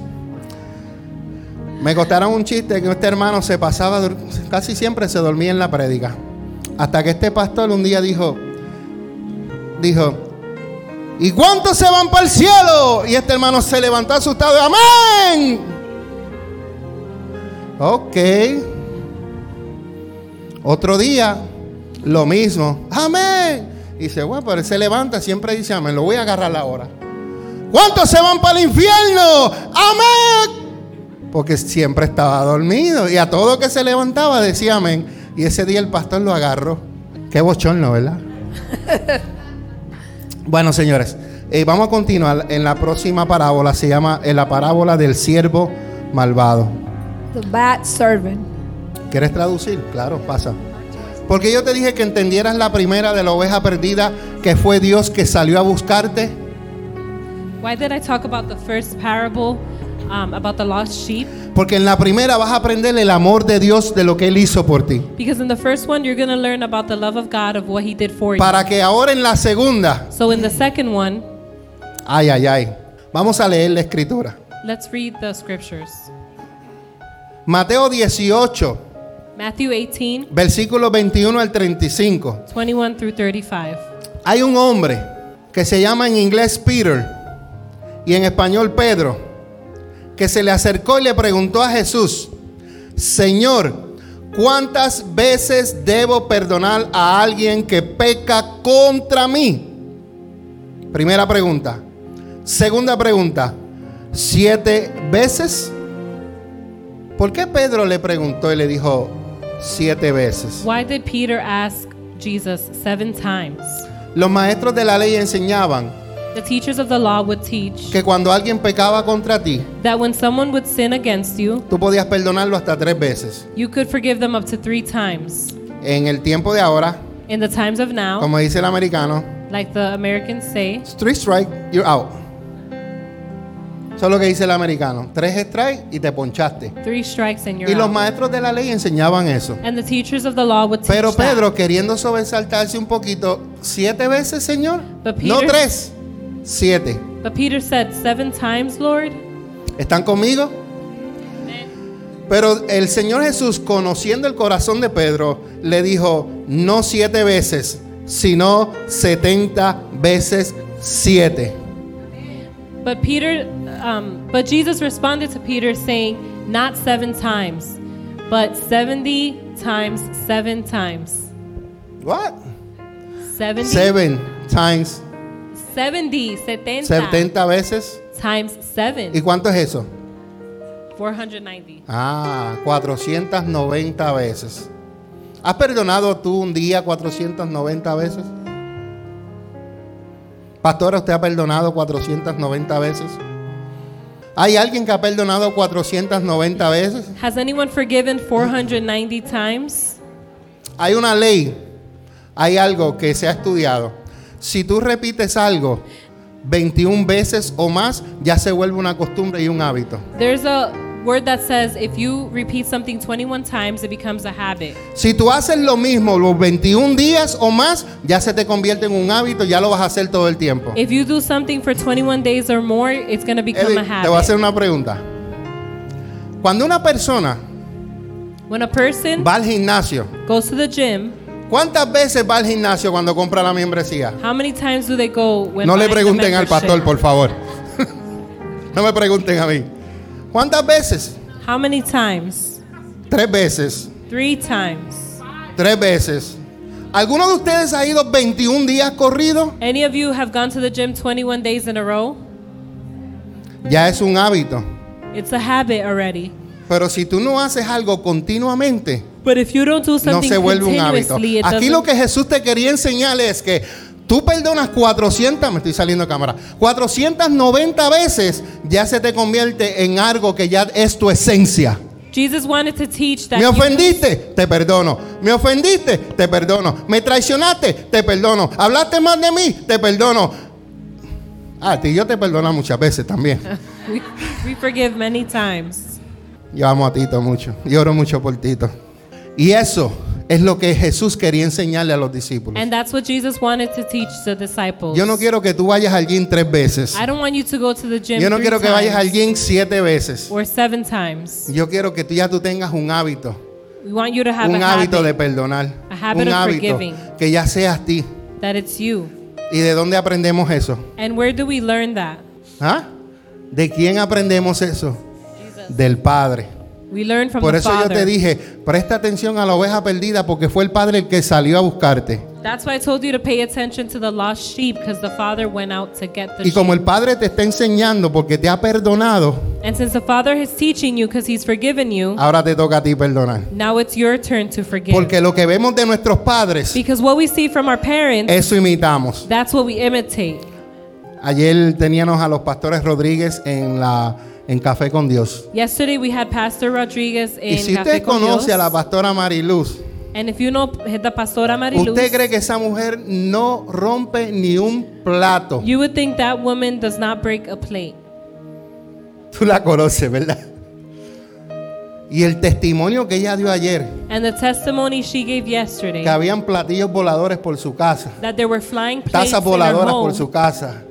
Speaker 2: Me contaron un chiste que este hermano se pasaba, dur- casi siempre se dormía en la prédica. Hasta que este pastor un día dijo, dijo, ¿y cuántos se van para el cielo? Y este hermano se levantó asustado, amén. Ok. Otro día, lo mismo, amén. Y dice, bueno, pero él se levanta, siempre dice, amén, lo voy a agarrar ahora. ¿Cuántos se van para el infierno? Amén. Porque siempre estaba dormido y a todo que se levantaba decía amén. Y ese día el pastor lo agarró. Qué bochorno, ¿verdad? bueno, señores, eh, vamos a continuar en la próxima parábola. Se llama en la parábola del siervo malvado.
Speaker 3: The bad servant.
Speaker 2: ¿Quieres traducir? Claro, pasa. Porque yo te dije que entendieras la primera de la oveja perdida, que fue Dios que salió a buscarte.
Speaker 1: Why did I talk about the first parable um, about the lost sheep?
Speaker 2: Porque en la primera vas a aprender el amor de Dios de lo que Él hizo por ti.
Speaker 1: Because in the first one, you're going to learn about the love of God of what He did for you.
Speaker 2: Para que ahora en la segunda,
Speaker 1: So in the second one,
Speaker 2: ay, ay, ay, vamos a leer la escritura.
Speaker 1: let's read the scriptures.
Speaker 2: Mateo 18,
Speaker 1: Matthew 18,
Speaker 2: versículos 21 al 35.
Speaker 1: 21 through 35.
Speaker 2: Hay un hombre que se llama en inglés Peter y en español Pedro, que se le acercó y le preguntó a Jesús, Señor, ¿cuántas veces debo perdonar a alguien que peca contra mí? Primera pregunta. Segunda pregunta, ¿siete veces? ¿Por qué Pedro le preguntó y le dijo siete veces?
Speaker 1: Why did Peter ask Jesus seven times?
Speaker 2: Los maestros de la ley enseñaban
Speaker 1: The teachers of the law would teach
Speaker 2: que cuando alguien pecaba contra ti,
Speaker 1: that when someone would sin against you,
Speaker 2: tú podías perdonarlo hasta tres veces.
Speaker 1: you could forgive them up to three times.
Speaker 2: En el tiempo de ahora,
Speaker 1: In the times of now,
Speaker 2: como dice el americano,
Speaker 1: like the Americans say,
Speaker 2: three strike, you're out. Eso es lo que dice el americano. Tres strike y te ponchaste.
Speaker 1: three strikes and you're
Speaker 2: Y los
Speaker 1: out.
Speaker 2: maestros de la ley enseñaban eso.
Speaker 1: And the teachers of the law would teach
Speaker 2: Pero
Speaker 1: that.
Speaker 2: Pedro, queriendo sobresaltarse un poquito, siete veces, Señor.
Speaker 1: But Peter-
Speaker 2: No tres, siete.
Speaker 1: But Peter said, Seven times, Lord?
Speaker 2: ¿Están conmigo? Pero el Señor Jesús, conociendo el corazón de Pedro, le dijo, no siete veces, sino setenta veces siete.
Speaker 1: But Peter, um, but Jesus responded to Peter, saying, Not seven times, but 70 times seven times.
Speaker 2: What?
Speaker 1: 70,
Speaker 2: Seven times
Speaker 1: 70, 70,
Speaker 2: setenta veces.
Speaker 1: times
Speaker 2: ¿Y
Speaker 1: seven,
Speaker 2: cuánto es eso?
Speaker 1: 490.
Speaker 2: Ah, 490 veces. ¿Has perdonado tú un día 490 veces? Pastora, ¿usted ha perdonado 490 veces? ¿Hay alguien que ha perdonado 490 veces?
Speaker 1: Has anyone forgiven 490 times?
Speaker 2: Hay una ley, hay algo que se ha estudiado. Si tú repites algo 21 veces o más, ya se vuelve una costumbre y un hábito.
Speaker 1: There's a word that says if you repeat something 21 times, it becomes a habit.
Speaker 2: Si tú haces lo mismo los 21 días o más, ya se te convierte en un hábito, ya lo vas a hacer todo el tiempo.
Speaker 1: If you do something for 21 days or more, it's going to become
Speaker 2: Eddie,
Speaker 1: a
Speaker 2: te voy a hacer
Speaker 1: habit.
Speaker 2: una pregunta. Cuando una persona
Speaker 1: When a person
Speaker 2: va al gimnasio,
Speaker 1: goes to the gym,
Speaker 2: ¿cuántas veces va al gimnasio cuando compra la membresía?
Speaker 1: how many times do they go when
Speaker 2: No le
Speaker 1: buying the
Speaker 2: pregunten al
Speaker 1: membership?
Speaker 2: pastor, por favor. (laughs) no me pregunten a mí. ¿Cuántas veces?
Speaker 1: How many times?
Speaker 2: Tres veces.
Speaker 1: Three times.
Speaker 2: Tres veces. ¿Alguno de ustedes ha ido 21 días corridos?
Speaker 1: Any of you have gone to the gym 21 days in a row?
Speaker 2: Ya es un hábito.
Speaker 1: It's a habit already.
Speaker 2: Pero si tú no haces algo continuamente,
Speaker 1: But if you don't do
Speaker 2: no
Speaker 1: something
Speaker 2: se vuelve un hábito.
Speaker 1: continuously, it
Speaker 2: Aquí lo
Speaker 1: doesn't-
Speaker 2: que Jesús te quería enseñar es que tú perdonas 400, me estoy saliendo de cámara, 490 veces ya se te convierte en algo que ya es tu esencia.
Speaker 1: Jesus wanted to teach that
Speaker 2: Me
Speaker 1: you-
Speaker 2: ofendiste, te perdono. Me ofendiste, te perdono. Me traicionaste, te perdono. Hablaste mal de mí, te perdono. Ah, a ti yo te perdono muchas veces
Speaker 1: (laughs)
Speaker 2: también.
Speaker 1: (laughs) we, we forgive many times.
Speaker 2: Yo amo a Tito mucho. Yo oro mucho por Tito. Y eso es lo que Jesús quería enseñarle a los discípulos.
Speaker 1: And that's what Jesus wanted to teach the disciples.
Speaker 2: Yo no quiero que tú vayas al gym tres veces.
Speaker 1: I don't want you to go to the gym
Speaker 2: Yo no
Speaker 1: three
Speaker 2: quiero que vayas al
Speaker 1: times
Speaker 2: gym siete veces.
Speaker 1: or seven times.
Speaker 2: Yo quiero que tú ya tú tengas un hábito.
Speaker 1: We want you to have
Speaker 2: Un
Speaker 1: a
Speaker 2: hábito de
Speaker 1: habit
Speaker 2: perdonar.
Speaker 1: A habit
Speaker 2: Un
Speaker 1: of
Speaker 2: hábito
Speaker 1: forgiving.
Speaker 2: que ya seas ti.
Speaker 1: that it's you.
Speaker 2: ¿Y de dónde aprendemos eso?
Speaker 1: And where do we learn that?
Speaker 2: ¿Ah? ¿De quién aprendemos eso? Del Padre.
Speaker 1: We learn from
Speaker 2: Por
Speaker 1: the
Speaker 2: eso yo
Speaker 1: Father.
Speaker 2: te dije, presta atención a la oveja perdida porque fue el Padre el que salió a buscarte.
Speaker 1: That's why I told you to pay attention to the lost sheep because the Father went out to get the
Speaker 2: Y
Speaker 1: sheep.
Speaker 2: como el Padre te está enseñando porque te ha perdonado,
Speaker 1: And since the Father is teaching you because He's forgiven you,
Speaker 2: ahora te toca a ti perdonar.
Speaker 1: now it's your turn to forgive.
Speaker 2: Ah. Porque lo que vemos de nuestros padres,
Speaker 1: because what we see from our parents,
Speaker 2: eso imitamos.
Speaker 1: that's what we imitate.
Speaker 2: Ayer teníamos a los pastores Rodríguez en la en Café con Dios.
Speaker 1: Yesterday we had Pastor Rodriguez
Speaker 2: Y
Speaker 1: in
Speaker 2: si
Speaker 1: Café
Speaker 2: usted
Speaker 1: con
Speaker 2: conoce a la
Speaker 1: Dios.
Speaker 2: pastora Mariluz,
Speaker 1: And if you know the Pastora Mariluz,
Speaker 2: usted cree que esa mujer no rompe ni un plato.
Speaker 1: you would think that woman does not break a plate.
Speaker 2: Tú la conoces, ¿verdad? Y el testimonio que ella dio ayer,
Speaker 1: And the testimony she gave yesterday
Speaker 2: que habían platillos voladores por su casa,
Speaker 1: that there were flying plates
Speaker 2: tazas
Speaker 1: in her
Speaker 2: voladoras
Speaker 1: home.
Speaker 2: por su casa,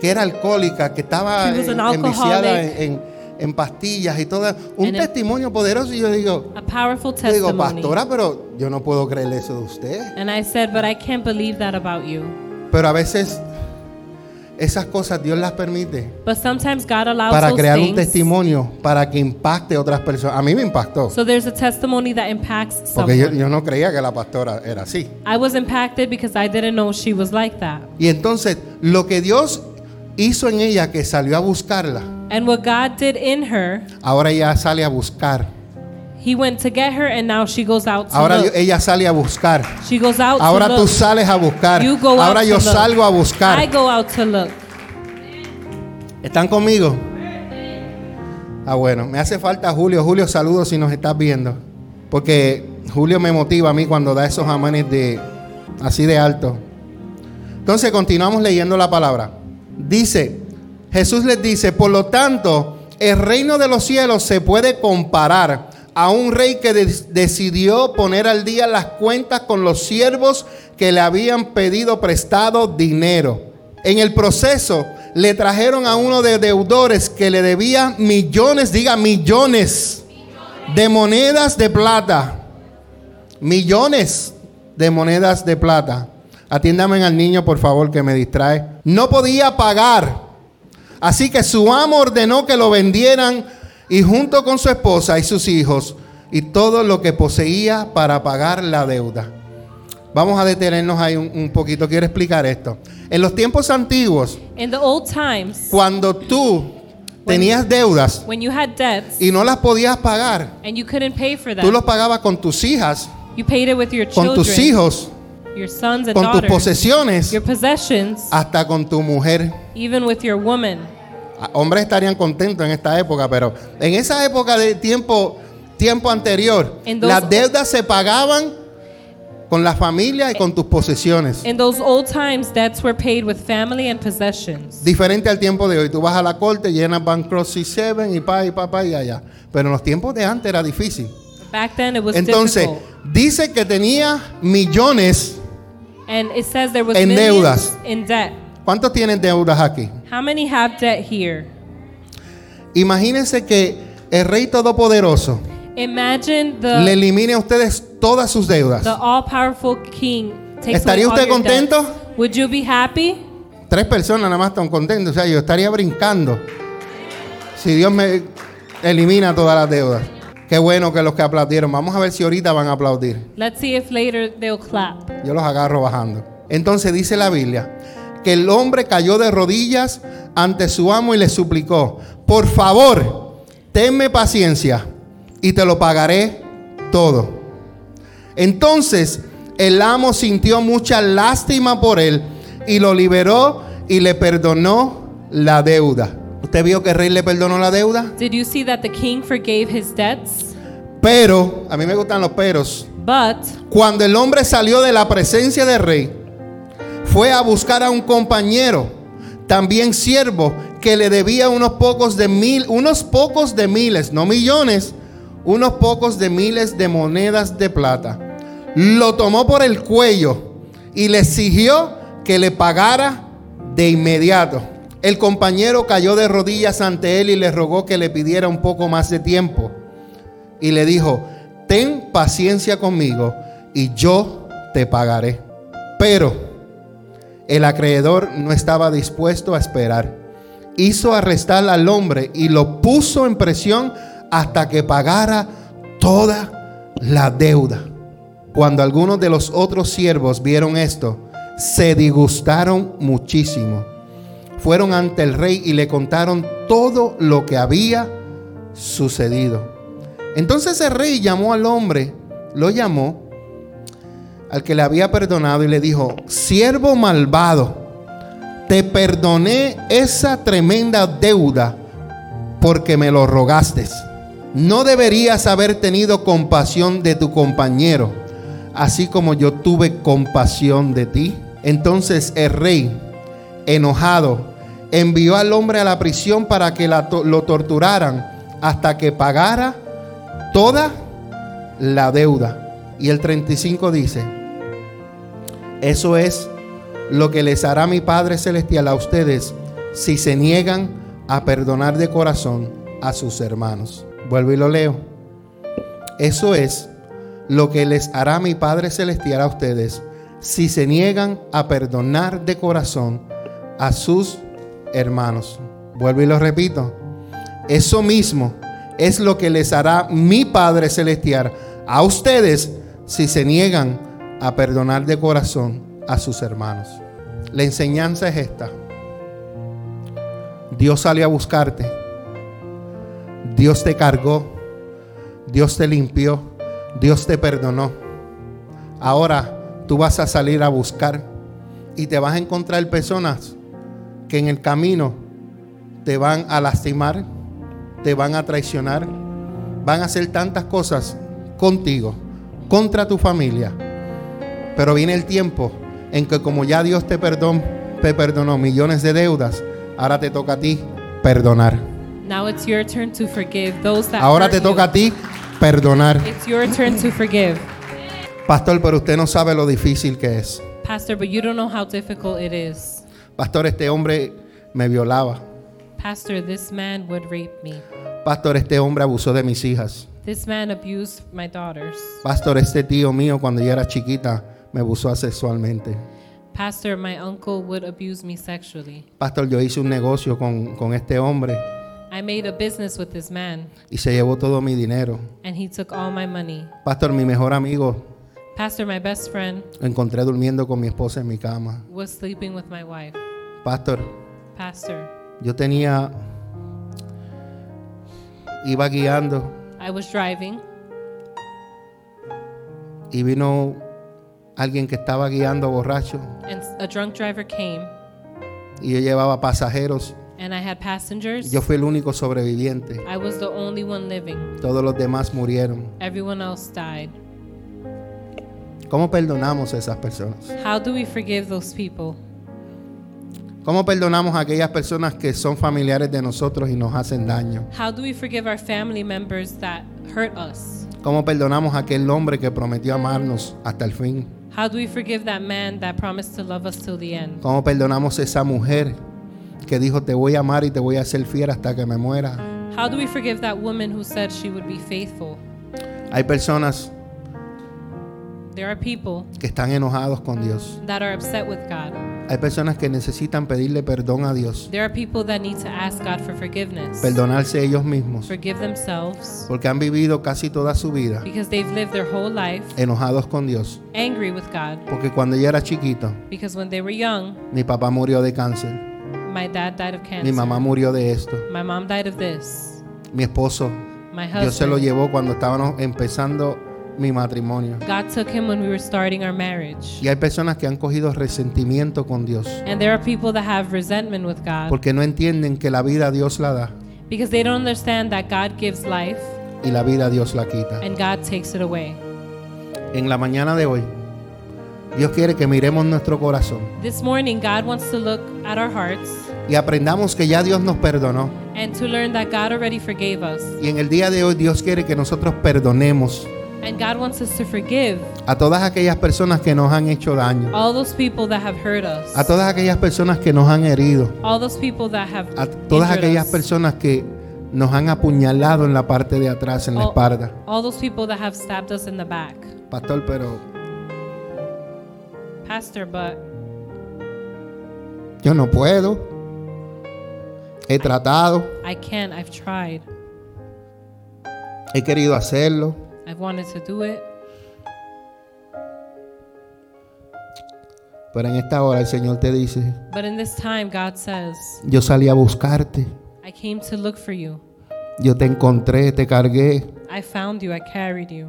Speaker 2: que era alcohólica, que estaba
Speaker 1: She was an
Speaker 2: en- enviciada
Speaker 1: alcoholic.
Speaker 2: en, en- en pastillas y todo. Un
Speaker 1: And it-
Speaker 2: testimonio poderoso y yo digo,
Speaker 1: a powerful
Speaker 2: yo digo,
Speaker 1: testimony.
Speaker 2: pastora, pero yo no puedo creer eso de usted.
Speaker 1: and I said, but I can't believe that about you.
Speaker 2: Pero a veces esas cosas Dios las permite
Speaker 1: But sometimes God allows
Speaker 2: para
Speaker 1: those
Speaker 2: crear un
Speaker 1: things.
Speaker 2: testimonio, para que impacte a otras personas. A mí me impactó.
Speaker 1: So there's a testimony that impacts
Speaker 2: Porque
Speaker 1: someone.
Speaker 2: yo, yo no creía que la pastora era así.
Speaker 1: I was impacted because I didn't know she was like that.
Speaker 2: Y entonces, lo que Dios hizo en ella, que salió a buscarla,
Speaker 1: And what God did in her,
Speaker 2: ahora ella sale a buscar.
Speaker 1: He went to get her, and now she goes out to
Speaker 2: Ahora
Speaker 1: look.
Speaker 2: yo- ella sale a buscar.
Speaker 1: she goes out
Speaker 2: Ahora
Speaker 1: to
Speaker 2: tú
Speaker 1: look.
Speaker 2: sales a buscar.
Speaker 1: You go
Speaker 2: Ahora
Speaker 1: out
Speaker 2: yo
Speaker 1: to look.
Speaker 2: salgo a
Speaker 1: I
Speaker 2: buscar.
Speaker 1: go out to look.
Speaker 2: ¿Están conmigo? Ah, bueno, me hace falta Julio. Julio, saludos si nos estás viendo. Porque Julio me motiva a mí cuando da esos amanes de así de alto. Entonces continuamos leyendo la palabra. Dice, Jesús les dice, por lo tanto, el reino de los cielos se puede comparar a un rey que des- decidió poner al día las cuentas con los siervos que le habían pedido prestado dinero. En el proceso le trajeron a uno de deudores que le debía millones, diga millones, de monedas de plata millones de monedas de plata. Atiéndame al niño, por favor, que me distrae. No podía pagar. Así que su amo ordenó que lo vendieran y junto con su esposa y sus hijos y todo lo que poseía para pagar la deuda. Vamos a detenernos ahí un, un poquito. Quiero explicar esto. En los tiempos antiguos,
Speaker 1: In the old times,
Speaker 2: cuando tú tenías deudas
Speaker 1: when you had debts
Speaker 2: y no las podías pagar,
Speaker 1: and you couldn't pay for them,
Speaker 2: tú los pagabas con tus hijas,
Speaker 1: you paid it with your
Speaker 2: con
Speaker 1: children,
Speaker 2: tus hijos,
Speaker 1: your sons and
Speaker 2: con tus
Speaker 1: daughters,
Speaker 2: posesiones, Ah.
Speaker 1: your possessions,
Speaker 2: hasta con tu mujer.
Speaker 1: even with your woman.
Speaker 2: Ah, Hombres estarían contentos en esta época, pero en esa época de tiempo, tiempo anterior,
Speaker 1: En dos-
Speaker 2: las deudas se pagaban con la familia y con tus posesiones.
Speaker 1: In those old times, debts were paid with family and possessions.
Speaker 2: Diferente al tiempo de hoy. Tú vas a la corte, llenas Bankruptcy 7 y pa, y pa, pa, y allá. Pero en los tiempos de antes era difícil.
Speaker 1: Back then, it was
Speaker 2: Entonces,
Speaker 1: difficult.
Speaker 2: dice que tenía millones.
Speaker 1: And it says there was
Speaker 2: En
Speaker 1: millions
Speaker 2: deudas.
Speaker 1: in debt.
Speaker 2: ¿Cuántos tienen deudas aquí?
Speaker 1: How many have debt here?
Speaker 2: Imagínense que el Rey Todopoderoso
Speaker 1: Imagine
Speaker 2: le
Speaker 1: the
Speaker 2: elimine a ustedes todas sus deudas.
Speaker 1: the all-powerful king takes
Speaker 2: ¿Estaría
Speaker 1: away all
Speaker 2: usted
Speaker 1: your debt.
Speaker 2: contento?
Speaker 1: Would you be happy?
Speaker 2: Tres personas nada más están contentos. O sea, yo estaría brincando. Si Dios me elimina todas las deudas. Qué bueno que los que aplaudieron. Vamos a ver si ahorita van a aplaudir.
Speaker 1: Let's see if later they'll clap.
Speaker 2: Yo los agarro bajando. Entonces dice la Biblia que el hombre cayó de rodillas ante su amo y le suplicó, por favor, tenme paciencia y te lo pagaré todo. Entonces el amo sintió mucha lástima por él y lo liberó y le perdonó la deuda. ¿Usted vio que el rey le perdonó la deuda?
Speaker 1: Did you see that the king forgave his debts?
Speaker 2: Pero, a mí me gustan los peros.
Speaker 1: But
Speaker 2: Cuando el hombre salió de la presencia del rey, fue a buscar a un compañero, también siervo, que le debía unos pocos de mil, unos pocos de miles, no millones, unos pocos de miles de monedas de plata. Lo tomó por el cuello y le exigió que le pagara de inmediato. El compañero cayó de rodillas ante él y le rogó que le pidiera un poco más de tiempo y le dijo, ten paciencia conmigo y yo te pagaré. Pero el acreedor no estaba dispuesto a esperar. Hizo arrestar al hombre y lo puso en presión hasta que pagara toda la deuda. Cuando algunos de los otros siervos vieron esto, se disgustaron muchísimo. Fueron ante el rey y le contaron todo lo que había sucedido. Entonces el rey llamó al hombre, lo llamó, al que le había perdonado y le dijo, siervo malvado, te perdoné esa tremenda deuda porque me lo rogaste. No deberías haber tenido compasión de tu compañero, así como yo tuve compasión de ti. Entonces el rey, enojado, envió al hombre a la prisión para que la to- lo torturaran hasta que pagara toda la deuda. Y el 35 dice, eso es lo que les hará mi Padre Celestial a ustedes si se niegan a perdonar de corazón a sus hermanos. Vuelvo y lo leo. Eso es lo que les hará mi Padre Celestial a ustedes si se niegan a perdonar de corazón a sus hermanos. Vuelvo y lo repito. Eso mismo es lo que les hará mi Padre Celestial a ustedes si se niegan a perdonar de corazón a sus hermanos. La enseñanza es esta. Dios salió a buscarte. Dios te cargó. Dios te limpió. Dios te perdonó. Ahora tú vas a salir a buscar y te vas a encontrar personas que en el camino te van a lastimar, te van a traicionar, van a hacer tantas cosas contigo, contra tu familia. Pero viene el tiempo en que como ya Dios te perdonó, te perdonó millones de deudas, ahora te toca a ti perdonar.
Speaker 1: now it's your turn to forgive those that
Speaker 2: Ahora
Speaker 1: hurt
Speaker 2: te toca a
Speaker 1: you.
Speaker 2: ti perdonar.
Speaker 1: It's your turn to forgive.
Speaker 2: Pastor, pero usted no sabe lo difícil que es.
Speaker 1: Pastor, but you don't know how difficult it is.
Speaker 2: Pastor, este hombre me violaba.
Speaker 1: Pastor, this man would rape me.
Speaker 2: Pastor, este hombre abusó de mis hijas.
Speaker 1: This man abused my daughters.
Speaker 2: Pastor, este tío mío cuando yo era chiquita me abusó sexualmente.
Speaker 1: Pastor, my uncle would abuse me sexually.
Speaker 2: Pastor, yo hice un negocio con, con este hombre
Speaker 1: I made a business with this man,
Speaker 2: y se llevó todo mi dinero.
Speaker 1: and he took all my money.
Speaker 2: Pastor, mi mejor amigo
Speaker 1: Pastor, my best friend,
Speaker 2: lo encontré durmiendo con mi esposa en mi cama.
Speaker 1: was sleeping with my wife.
Speaker 2: Pastor,
Speaker 1: Pastor,
Speaker 2: yo tenía... Iba guiando
Speaker 1: I was driving,
Speaker 2: y vino alguien que estaba guiando borracho
Speaker 1: and a drunk driver came,
Speaker 2: y yo llevaba pasajeros.
Speaker 1: and I had passengers.
Speaker 2: Yo fui el único sobreviviente.
Speaker 1: I was the only one living.
Speaker 2: Todos los demás murieron.
Speaker 1: Everyone else died.
Speaker 2: ¿Cómo perdonamos a esas personas?
Speaker 1: How do we forgive those people?
Speaker 2: ¿Cómo perdonamos a aquellas personas que son familiares de nosotros y nos hacen daño?
Speaker 1: How do we forgive our family members that hurt us?
Speaker 2: ¿Cómo perdonamos a aquel hombre que prometió amarnos hasta el fin?
Speaker 1: How do we forgive that man that promised to love us till the end?
Speaker 2: ¿Cómo perdonamos a esa mujer que dijo te voy a amar y te voy a ser fiel hasta que me muera?
Speaker 1: How do we forgive that woman who said she would be faithful?
Speaker 2: Hay personas
Speaker 1: There are people
Speaker 2: que están enojados con Dios.
Speaker 1: that are upset with God.
Speaker 2: Hay personas que necesitan pedirle perdón a Dios.
Speaker 1: There are people that need to ask God for forgiveness.
Speaker 2: Perdonarse ellos mismos.
Speaker 1: Forgive themselves
Speaker 2: Porque han vivido casi toda su vida
Speaker 1: because they've lived their whole life
Speaker 2: enojados con Dios.
Speaker 1: angry with God.
Speaker 2: Porque cuando yo era chiquito,
Speaker 1: Because when they were young,
Speaker 2: mi papá murió de cáncer.
Speaker 1: my dad died of cancer.
Speaker 2: Mi mamá murió de esto.
Speaker 1: My mom died of this.
Speaker 2: Mi esposo
Speaker 1: My
Speaker 2: Dios se
Speaker 1: husband.
Speaker 2: lo llevó cuando estábamos empezando mi matrimonio.
Speaker 1: God took him when we were starting our marriage.
Speaker 2: Y hay personas que han cogido resentimiento con Dios
Speaker 1: And there are people that have resentment with God
Speaker 2: porque no entienden que la vida Dios la da
Speaker 1: because they don't understand that God gives life
Speaker 2: y la vida Dios la quita.
Speaker 1: and God takes it away.
Speaker 2: En la mañana de hoy, Dios quiere que miremos nuestro corazón
Speaker 1: This morning, God wants to look at our hearts
Speaker 2: y aprendamos que ya Dios nos perdonó.
Speaker 1: and to learn that God already forgave us.
Speaker 2: Y en el día de hoy Dios quiere que nosotros perdonemos
Speaker 1: And God wants us to forgive
Speaker 2: a todas aquellas personas que nos han hecho daño,
Speaker 1: all those people that have hurt us,
Speaker 2: a todas aquellas personas que nos han herido,
Speaker 1: all those people that have
Speaker 2: a todas
Speaker 1: injured
Speaker 2: aquellas
Speaker 1: us,
Speaker 2: personas que nos han apuñalado en la parte de atrás, en la
Speaker 1: all,
Speaker 2: espalda.
Speaker 1: all those people that have stabbed us in the back.
Speaker 2: Pastor, pero
Speaker 1: Pastor, but
Speaker 2: yo no puedo. He tratado,
Speaker 1: I can't. I've tried.
Speaker 2: he querido hacerlo.
Speaker 1: I've wanted to do it.
Speaker 2: Pero en esta hora el Señor te dice,
Speaker 1: But in this time, God says,
Speaker 2: yo salí a buscarte,
Speaker 1: I came to look for you.
Speaker 2: yo te encontré, te cargué,
Speaker 1: I found you. I carried you.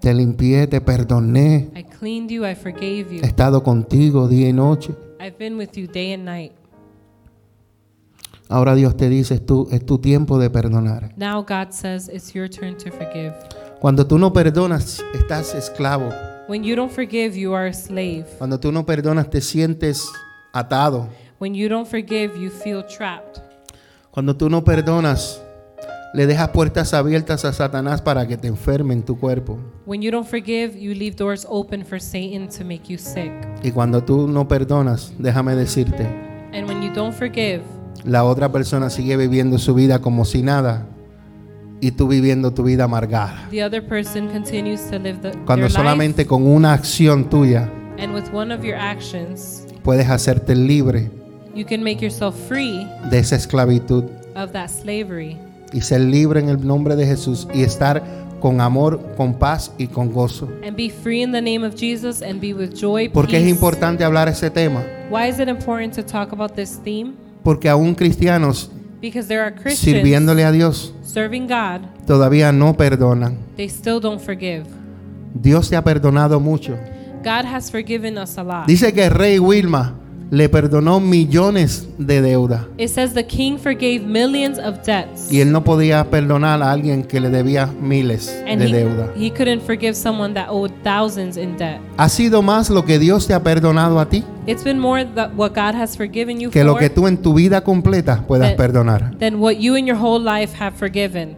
Speaker 2: te limpié, te perdoné.
Speaker 1: I cleaned you. I forgave
Speaker 2: (laughs)
Speaker 1: you.
Speaker 2: He estado contigo día y noche.
Speaker 1: I've been with you day and night.
Speaker 2: Ahora Dios te dice, es tu, es tu tiempo de perdonar.
Speaker 1: Now God says it's your turn to forgive.
Speaker 2: Cuando tú no perdonas, estás esclavo.
Speaker 1: When you don't forgive, you are a slave.
Speaker 2: Cuando tú no perdonas, te sientes atado.
Speaker 1: When you don't forgive, you feel trapped.
Speaker 2: Cuando tú no perdonas, le dejas puertas abiertas a Satanás para que te enferme en tu cuerpo.
Speaker 1: When you don't forgive, you leave doors open for Satan to make you sick.
Speaker 2: Y cuando tú no perdonas, déjame decirte,
Speaker 1: And when you don't forgive,
Speaker 2: la otra persona sigue viviendo su vida como si nada y tú viviendo tu vida amargada.
Speaker 1: the other person continues to live the,
Speaker 2: Cuando
Speaker 1: their
Speaker 2: solamente con una acción tuya
Speaker 1: life. And with one of your actions,
Speaker 2: puedes hacerte libre
Speaker 1: you can make yourself free
Speaker 2: de esa esclavitud
Speaker 1: of that slavery
Speaker 2: y ser libre en el nombre de Jesús y estar con amor, con paz y con gozo.
Speaker 1: and be free in the name of Jesus and be with joy.
Speaker 2: Porque es
Speaker 1: peace.
Speaker 2: importante hablar ese tema,
Speaker 1: Why is it important to talk about this theme?
Speaker 2: porque aún cristianos
Speaker 1: Because there are Christians
Speaker 2: sirviéndole a Dios
Speaker 1: serving God,
Speaker 2: todavía no perdonan.
Speaker 1: they still don't forgive.
Speaker 2: Dios te ha perdonado mucho.
Speaker 1: God has forgiven us a lot.
Speaker 2: Dice que el rey Wilma le perdonó millones de deudas
Speaker 1: It says the king forgave millions of debts.
Speaker 2: y él no podía perdonar a alguien que le debía miles
Speaker 1: and
Speaker 2: de
Speaker 1: he,
Speaker 2: deuda.
Speaker 1: he couldn't forgive someone that owed thousands in debt.
Speaker 2: Ha sido más lo que Dios te ha perdonado a ti
Speaker 1: It's been more that what God has forgiven you
Speaker 2: que
Speaker 1: for
Speaker 2: lo que tú en tu vida completa puedas
Speaker 1: That-
Speaker 2: perdonar.
Speaker 1: than what you in your whole life have forgiven.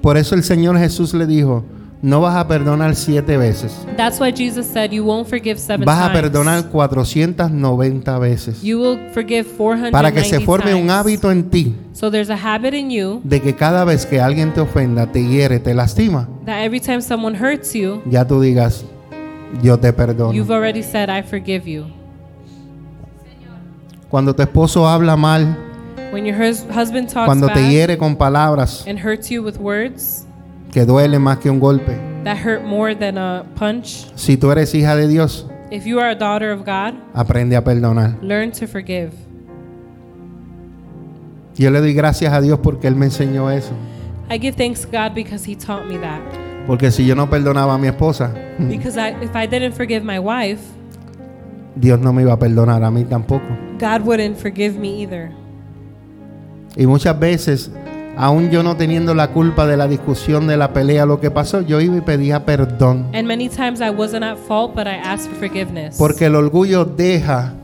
Speaker 2: Por eso el Señor Jesús le dijo, no vas a perdonar siete veces,
Speaker 1: That's why Jesus said you won't forgive seven
Speaker 2: vas a
Speaker 1: times.
Speaker 2: perdonar 490 veces.
Speaker 1: You will forgive 490
Speaker 2: Para que se forme un
Speaker 1: times.
Speaker 2: hábito en ti
Speaker 1: So there's a habit in you
Speaker 2: de que cada vez que alguien te ofenda, te hiere, te lastima,
Speaker 1: that every time someone hurts you,
Speaker 2: ya tú digas, yo te
Speaker 1: you've
Speaker 2: perdono.
Speaker 1: already said I forgive you.
Speaker 2: Cuando tu esposo habla mal,
Speaker 1: When your hus- husband talks
Speaker 2: cuando
Speaker 1: bad
Speaker 2: te hiere con palabras
Speaker 1: and hurts you with words
Speaker 2: que duelen más que un golpe,
Speaker 1: that hurt more than a punch,
Speaker 2: si tú eres hija de Dios,
Speaker 1: if you are a daughter of God,
Speaker 2: aprende a perdonar.
Speaker 1: learn to forgive.
Speaker 2: Yo le doy gracias a Dios porque Él me enseñó eso.
Speaker 1: I give thanks to God because He taught me that.
Speaker 2: Porque si yo no perdonaba a mi esposa,
Speaker 1: Because I, if I didn't forgive my wife,
Speaker 2: Dios no me iba a perdonar a mí tampoco.
Speaker 1: God wouldn't forgive me either.
Speaker 2: Y muchas veces, aún yo no teniendo la culpa de la discusión, de la pelea, lo que pasó, yo iba y pedía perdón.
Speaker 1: And many times I wasn't at fault, but I asked for forgiveness.
Speaker 2: Porque el orgullo deja,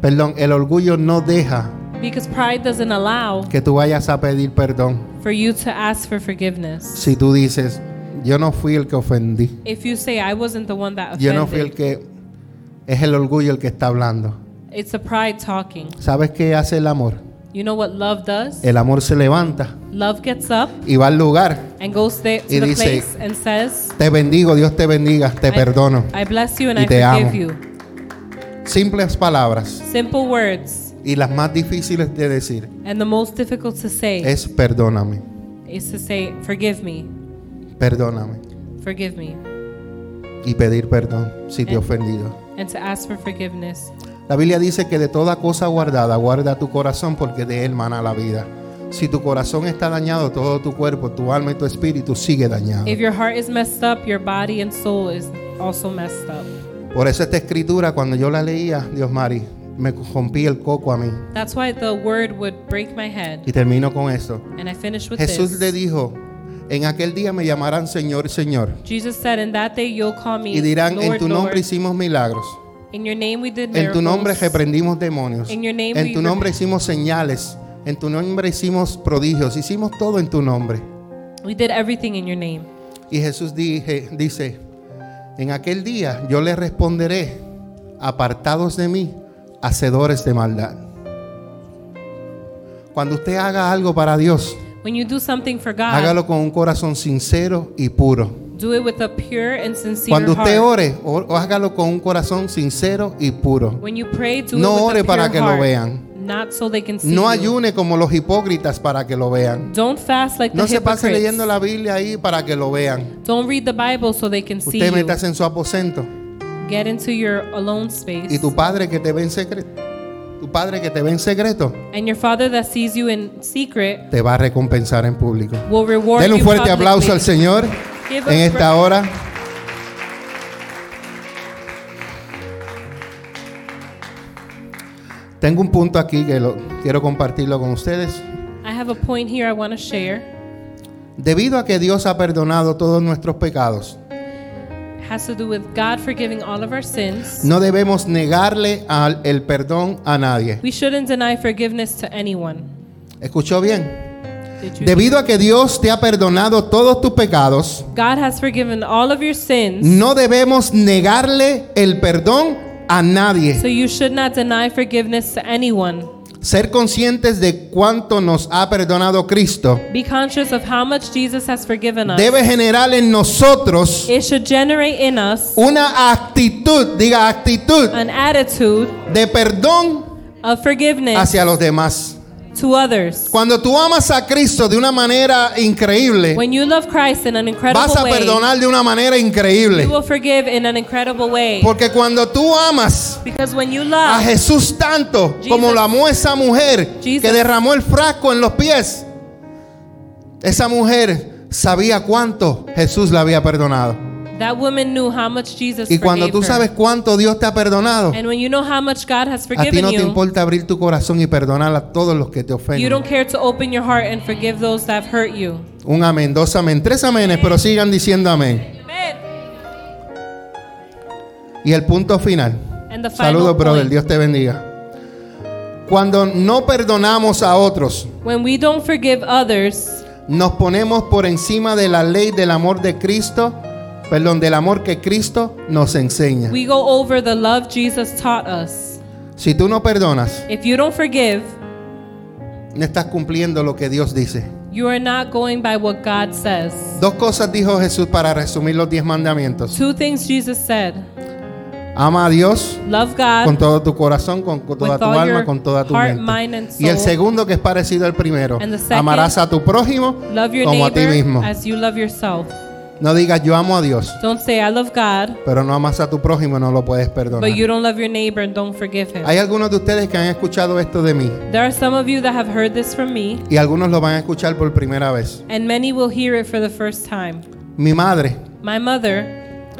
Speaker 2: perdón, el orgullo no deja
Speaker 1: because pride doesn't allow
Speaker 2: que tú vayas a pedir perdón.
Speaker 1: for you to ask for forgiveness.
Speaker 2: Si tú dices, yo no fui el que ofendí,
Speaker 1: If you say I wasn't the one that
Speaker 2: yo no fui el
Speaker 1: offended,
Speaker 2: que, es el orgullo el que está hablando.
Speaker 1: it's the pride talking.
Speaker 2: ¿Sabes qué hace el amor?
Speaker 1: You know what love does?
Speaker 2: El amor se levanta
Speaker 1: Love gets up
Speaker 2: y va al lugar.
Speaker 1: and goes there
Speaker 2: Y
Speaker 1: to the
Speaker 2: dice,
Speaker 1: place and says,
Speaker 2: Te bendigo, Dios te bendiga, te
Speaker 1: I-
Speaker 2: perdono.
Speaker 1: I bless you and
Speaker 2: Y
Speaker 1: I
Speaker 2: te amo.
Speaker 1: forgive you.
Speaker 2: Simples palabras.
Speaker 1: Simple words
Speaker 2: y las más difíciles de decir
Speaker 1: and the most difficult to say
Speaker 2: es perdóname,
Speaker 1: is to say, forgive me,
Speaker 2: perdóname
Speaker 1: forgive me,
Speaker 2: y pedir perdón si te he
Speaker 1: Eh.
Speaker 2: ofendido.
Speaker 1: and to ask for
Speaker 2: Uh-huh.
Speaker 1: forgiveness.
Speaker 2: La Biblia dice que de toda cosa guardada guarda tu corazón porque de él mana la vida. Si tu corazón está dañado, todo tu cuerpo, tu alma y tu espíritu sigue dañado.
Speaker 1: If your heart is messed up, your body and soul is also messed up.
Speaker 2: Por eso esta escritura, cuando yo la leía, Dios Mari, me rompí el coco a mí.
Speaker 1: That's why the word would break my head.
Speaker 2: Y termino con esto.
Speaker 1: And I finish with
Speaker 2: Jesús le
Speaker 1: this.
Speaker 2: dijo, en aquel día me llamarán Señor, Señor.
Speaker 1: Jesus said, "In that day you'll call me
Speaker 2: Y dirán, en
Speaker 1: Lord,
Speaker 2: tu nombre
Speaker 1: Lord.
Speaker 2: hicimos milagros.
Speaker 1: In your name we did
Speaker 2: En tu nombre
Speaker 1: miracles.
Speaker 2: reprendimos demonios.
Speaker 1: In your name
Speaker 2: En
Speaker 1: we
Speaker 2: tu nombre
Speaker 1: reprend-
Speaker 2: hicimos señales. En tu nombre hicimos prodigios. Hicimos todo en tu nombre.
Speaker 1: We did everything in your name."
Speaker 2: Y Jesús dije- dice, en aquel día yo les responderé, apartados de mí, hacedores de maldad. Cuando usted haga algo para Dios,
Speaker 1: When you do something for God,
Speaker 2: hágalo con un corazón sincero y puro.
Speaker 1: do it with a pure and sincere
Speaker 2: Cuando usted
Speaker 1: heart.
Speaker 2: ore, or- o hágalo con un corazón sincero y puro.
Speaker 1: When you pray, do
Speaker 2: No
Speaker 1: it with
Speaker 2: ore
Speaker 1: a pure
Speaker 2: para que lo
Speaker 1: heart,
Speaker 2: vean.
Speaker 1: Not so they can see
Speaker 2: No
Speaker 1: you.
Speaker 2: ayune como los hipócritas para que lo vean.
Speaker 1: Don't fast like
Speaker 2: No
Speaker 1: the
Speaker 2: se pase
Speaker 1: hypocrites.
Speaker 2: leyendo la Biblia ahí para que lo vean.
Speaker 1: Don't read the Bible so they can see
Speaker 2: Usted
Speaker 1: you.
Speaker 2: metas en su aposento
Speaker 1: Get into your alone space.
Speaker 2: y tu padre que te ve en secreto, tu padre que te ve en secreto,
Speaker 1: And your father that sees you in secret
Speaker 2: te va a recompensar en público.
Speaker 1: will reward
Speaker 2: Denle un
Speaker 1: you
Speaker 2: fuerte aplauso al
Speaker 1: publicly.
Speaker 2: Señor
Speaker 1: Give a
Speaker 2: en esta
Speaker 1: ra-
Speaker 2: hora. Tengo un punto aquí que lo, quiero compartirlo con ustedes.
Speaker 1: I have a point here I want to share.
Speaker 2: Debido a que Dios ha perdonado todos nuestros pecados,
Speaker 1: It has to do with God forgiving all of our sins.
Speaker 2: no debemos negarle al- el perdón a nadie.
Speaker 1: We shouldn't deny forgiveness to anyone.
Speaker 2: ¿Escuchó bien?
Speaker 1: Did you?
Speaker 2: Debido a que Dios te ha perdonado todos tus pecados,
Speaker 1: God has forgiven all of your sins.
Speaker 2: no debemos negarle el perdón a
Speaker 1: So
Speaker 2: nadie.
Speaker 1: you should not deny forgiveness to anyone.
Speaker 2: Ser conscientes de cuánto nos ha perdonado Cristo
Speaker 1: Be conscious of how much Jesus has forgiven us.
Speaker 2: debe generar en nosotros
Speaker 1: It should generate in us
Speaker 2: una actitud, diga actitud,
Speaker 1: an attitude
Speaker 2: de perdón
Speaker 1: of forgiveness
Speaker 2: hacia los demás.
Speaker 1: to others.
Speaker 2: Cuando tú amas a Cristo de una manera increíble,
Speaker 1: When you love Christ in an
Speaker 2: vas
Speaker 1: incredible
Speaker 2: a
Speaker 1: way,
Speaker 2: perdonar de una manera
Speaker 1: you
Speaker 2: increíble.
Speaker 1: will forgive in an incredible way.
Speaker 2: Porque cuando tú amas
Speaker 1: Because when you
Speaker 2: a
Speaker 1: love,
Speaker 2: Jesús tanto como lo amó esa mujer que
Speaker 1: Jesus.
Speaker 2: derramó el frasco en los pies. Esa mujer sabía cuánto Jesús la había perdonado.
Speaker 1: that woman knew how much Jesus
Speaker 2: Y cuando tú
Speaker 1: forgave
Speaker 2: sabes
Speaker 1: her.
Speaker 2: cuánto Dios te ha perdonado,
Speaker 1: And when you know how much God has
Speaker 2: a ti
Speaker 1: forgiven
Speaker 2: no te
Speaker 1: you,
Speaker 2: importa abrir tu corazón y perdonar a todos los que te
Speaker 1: you
Speaker 2: ofenden.
Speaker 1: don't care to open your heart and forgive those that have hurt you.
Speaker 2: Un amén, dos amén, tres amenes, pero sigan diciendo amén. Y el punto final.
Speaker 1: And the final
Speaker 2: Saludos, brother.
Speaker 1: point.
Speaker 2: Dios te bendiga. Cuando no perdonamos a otros,
Speaker 1: When we don't forgive others,
Speaker 2: nos ponemos por encima de la ley del amor de Cristo, perdón, del amor que Cristo nos enseña.
Speaker 1: we go over the love Jesus taught us.
Speaker 2: Si tú no perdonas,
Speaker 1: If you don't forgive,
Speaker 2: no estás cumpliendo lo que Dios dice.
Speaker 1: you are not going by what God says.
Speaker 2: Dos cosas dijo Jesús para resumir los diez mandamientos.
Speaker 1: Two things Jesus said
Speaker 2: Ama a Dios
Speaker 1: love
Speaker 2: con
Speaker 1: God
Speaker 2: todo tu corazón, con, con toda
Speaker 1: With
Speaker 2: tu
Speaker 1: all
Speaker 2: alma,
Speaker 1: your
Speaker 2: con toda tu
Speaker 1: heart, mind,
Speaker 2: mente.
Speaker 1: and
Speaker 2: Y el
Speaker 1: soul.
Speaker 2: segundo que es parecido al primero,
Speaker 1: And the second,
Speaker 2: amarás a tu prójimo
Speaker 1: love your
Speaker 2: como a ti
Speaker 1: neighbor
Speaker 2: mismo.
Speaker 1: as you love yourself
Speaker 2: No digas yo amo a Dios,
Speaker 1: don't say i love god
Speaker 2: pero no amas a tu prójimo, no lo puedes perdonar.
Speaker 1: but you don't love your neighbor and don't forgive him
Speaker 2: Hay algunos de ustedes que han escuchado esto de mí.
Speaker 1: there are some of you that have heard this from me
Speaker 2: y algunos lo van a escuchar por primera vez.
Speaker 1: and many will hear it for the first time
Speaker 2: Mi madre,
Speaker 1: my mother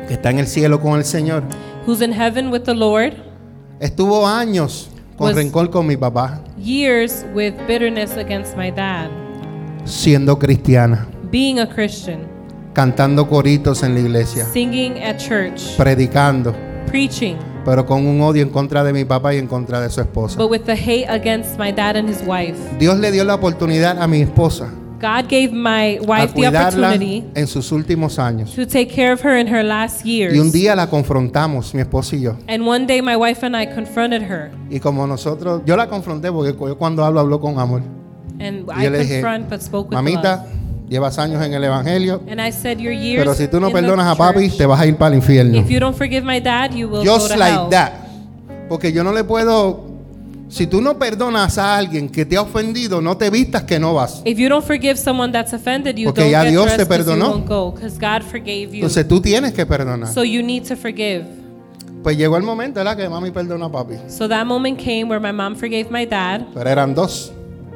Speaker 2: que está en el cielo con el Señor,
Speaker 1: who's in heaven with the lord
Speaker 2: estuvo años con
Speaker 1: Pues-
Speaker 2: rencor con mi papá,
Speaker 1: years with bitterness against my dad
Speaker 2: siendo cristiana,
Speaker 1: being a christian
Speaker 2: cantando coritos en la iglesia,
Speaker 1: singing at church
Speaker 2: predicando,
Speaker 1: preaching
Speaker 2: pero con un odio en contra de mi papá y en contra de su esposa.
Speaker 1: but with the hate against my dad and his wife
Speaker 2: Dios le dio la oportunidad a mi esposa
Speaker 1: God gave my
Speaker 2: a
Speaker 1: wife the
Speaker 2: cuidarla
Speaker 1: opportunity
Speaker 2: en sus últimos años.
Speaker 1: to take care of her in her last years.
Speaker 2: Y un día la confrontamos, mi esposa y yo.
Speaker 1: and one day my wife and I confronted her.
Speaker 2: Y como nosotros, yo la confronté porque yo cuando hablo, hablo con amor.
Speaker 1: And
Speaker 2: Y
Speaker 1: I
Speaker 2: yo le dije,
Speaker 1: confront but spoke with
Speaker 2: mamita,
Speaker 1: love.
Speaker 2: llevas años en el Evangelio,
Speaker 1: And I said, Your years
Speaker 2: Pero si tú no
Speaker 1: in the
Speaker 2: perdonas a papi,
Speaker 1: church,
Speaker 2: te vas a ir para el infierno.
Speaker 1: if you don't forgive my dad, you will go
Speaker 2: Just
Speaker 1: to
Speaker 2: like
Speaker 1: hell.
Speaker 2: that. Porque yo no le puedo. Si tú no perdonas a alguien que te ha ofendido, no te vistas que no vas.
Speaker 1: If you don't forgive someone that's offended you,
Speaker 2: Porque
Speaker 1: don't
Speaker 2: ya
Speaker 1: get
Speaker 2: Dios
Speaker 1: dressed
Speaker 2: te
Speaker 1: 'cause you
Speaker 2: perdonó.
Speaker 1: won't go because God forgave you.
Speaker 2: Entonces tú tienes que perdonar.
Speaker 1: so you need to forgive.
Speaker 2: Pues llegó el momento, ¿verdad? Que mami perdona a papi.
Speaker 1: So that moment came where my mom forgave my dad,
Speaker 2: Pero eran dos.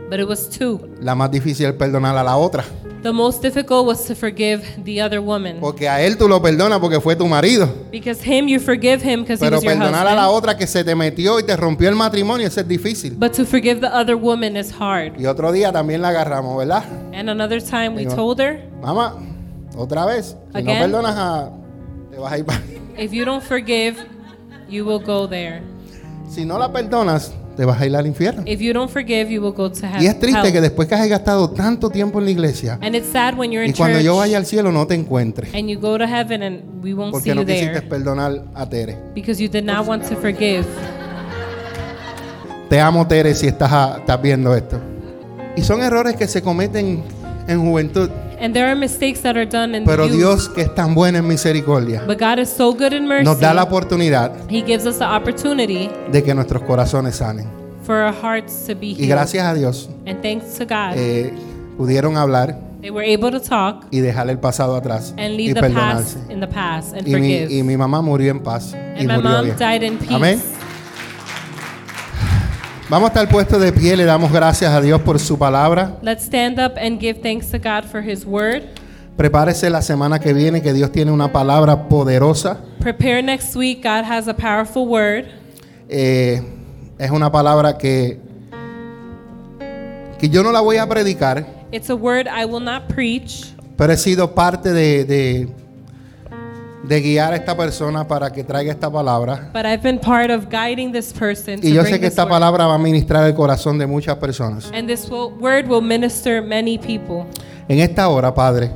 Speaker 1: but it was two.
Speaker 2: La más difícil es perdonar a la otra.
Speaker 1: The most difficult was to forgive the other woman.
Speaker 2: Porque a él tú lo perdonas porque fue tu marido.
Speaker 1: Because him, you forgive him because he
Speaker 2: Pero
Speaker 1: was your
Speaker 2: perdonar a
Speaker 1: husband.
Speaker 2: la otra que se te metió y te rompió el matrimonio, eso es difícil.
Speaker 1: But to forgive the other woman is hard.
Speaker 2: Y otro día también la agarramos, ¿verdad?
Speaker 1: And another time we
Speaker 2: Digo-
Speaker 1: told her,
Speaker 2: Mamá, otra vez. Si no
Speaker 1: Again.
Speaker 2: perdonas a. Te vas a ir pa- (laughs)
Speaker 1: if you don't forgive, you will go there.
Speaker 2: Si no la perdonas, te vas a ir al infierno.
Speaker 1: If you don't forgive, you will go to hell.
Speaker 2: Y es triste que
Speaker 1: hell.
Speaker 2: después que has gastado tanto tiempo en la iglesia
Speaker 1: And it's sad when you're in
Speaker 2: y cuando
Speaker 1: church
Speaker 2: yo vaya al cielo no te encuentre
Speaker 1: and you go to heaven and we won't see
Speaker 2: porque
Speaker 1: you
Speaker 2: no quisiste
Speaker 1: there
Speaker 2: perdonar a Tere.
Speaker 1: because you did not want to forgive.
Speaker 2: Te amo Tere si estás, a- estás viendo esto. Y son errores que se cometen en juventud,
Speaker 1: And there are mistakes that are done in
Speaker 2: pero
Speaker 1: youth.
Speaker 2: Dios que es tan bueno en misericordia
Speaker 1: but God is so good in mercy.
Speaker 2: nos da la oportunidad
Speaker 1: he gives us the opportunity
Speaker 2: de que nuestros corazones sanen.
Speaker 1: for our hearts to be
Speaker 2: Y
Speaker 1: healed.
Speaker 2: gracias a Dios
Speaker 1: And thanks to God,
Speaker 2: eh, pudieron hablar
Speaker 1: they were able to talk
Speaker 2: y dejar el pasado atrás
Speaker 1: and
Speaker 2: y
Speaker 1: leave the past
Speaker 2: perdonarse.
Speaker 1: in the past and
Speaker 2: Y mi,
Speaker 1: forgive.
Speaker 2: y mi mamá murió en paz y
Speaker 1: and my
Speaker 2: murió
Speaker 1: mom
Speaker 2: bien.
Speaker 1: died in peace.
Speaker 2: Amén. Vamos a estar puestos de pie, le damos gracias a Dios por su palabra.
Speaker 1: Let's stand up and give thanks to God for His word.
Speaker 2: Prepárese la semana que viene que Dios tiene una palabra poderosa.
Speaker 1: Prepare next week. God has a powerful word.
Speaker 2: Eh, es una palabra que, que yo no la voy a predicar,
Speaker 1: It's a word I will not preach,
Speaker 2: pero he sido parte de, de, de guiar a esta persona para que traiga esta palabra.
Speaker 1: but I've been part of guiding this person. to
Speaker 2: Y yo
Speaker 1: bring
Speaker 2: sé que
Speaker 1: this
Speaker 2: esta
Speaker 1: word.
Speaker 2: palabra va a ministrar el corazón de muchas personas.
Speaker 1: And this will, word will minister many people.
Speaker 2: En esta hora, Padre,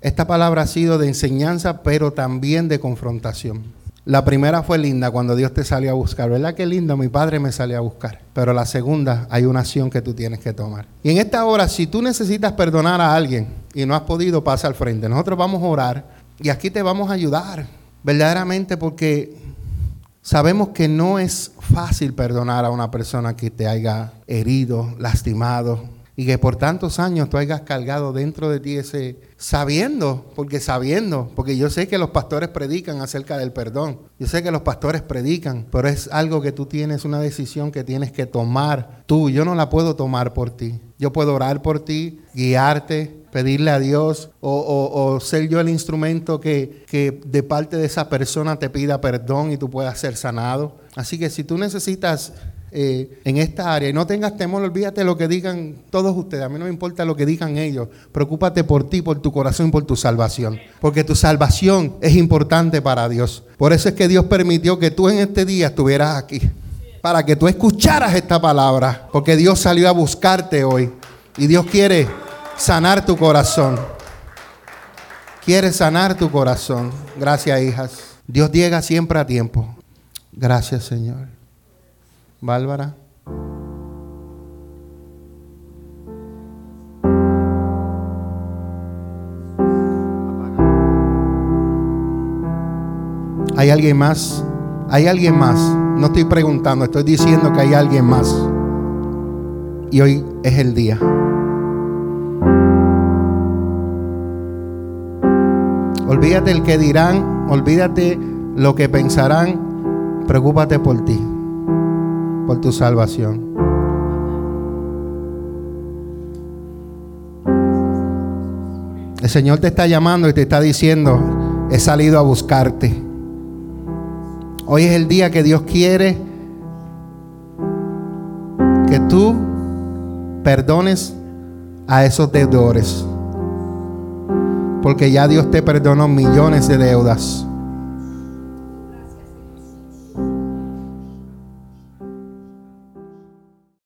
Speaker 2: esta palabra ha sido de enseñanza, pero también de confrontación. La primera fue linda cuando Dios te salió a buscar, ¿verdad? Qué lindo, mi padre me salió a buscar. Pero la segunda, hay una acción que tú tienes que tomar. Y en esta hora, si tú necesitas perdonar a alguien y no has podido, pasa al frente. Nosotros vamos a orar y aquí te vamos a ayudar, verdaderamente, porque Sabemos que no es fácil perdonar a una persona que te haya herido, lastimado y que por tantos años tú hayas cargado dentro de ti ese sabiendo, porque sabiendo, porque yo sé que los pastores predican acerca del perdón, yo sé que los pastores predican, pero es algo que tú tienes, una decisión que tienes que tomar tú, yo no la puedo tomar por ti, yo puedo orar por ti, guiarte, pedirle a Dios o, o- o ser yo el instrumento que, que de parte de esa persona te pida perdón y tú puedas ser sanado. Así que si tú necesitas eh, en esta área y no tengas temor, olvídate lo que digan todos ustedes, a mí no me importa lo que digan ellos, preocúpate por ti, por tu corazón, y por tu salvación, porque tu salvación es importante para Dios. Por eso es que Dios permitió que tú en este día estuvieras aquí. Para que tú escucharas esta palabra, porque Dios salió a buscarte hoy y Dios quiere sanar tu corazón. Quiere sanar tu corazón. Gracias, hijas. Dios llega siempre a tiempo. Gracias, Señor. Bárbara. ¿Hay alguien más? ¿Hay alguien más? No estoy preguntando, estoy diciendo que hay alguien más. Y hoy es el día. Olvídate el que dirán, olvídate lo que pensarán, preocúpate por ti, por tu salvación. El Señor te está llamando y te está diciendo, he salido a buscarte. Hoy es el día que Dios quiere que tú perdones a esos deudores porque ya Dios te perdonó millones de deudas.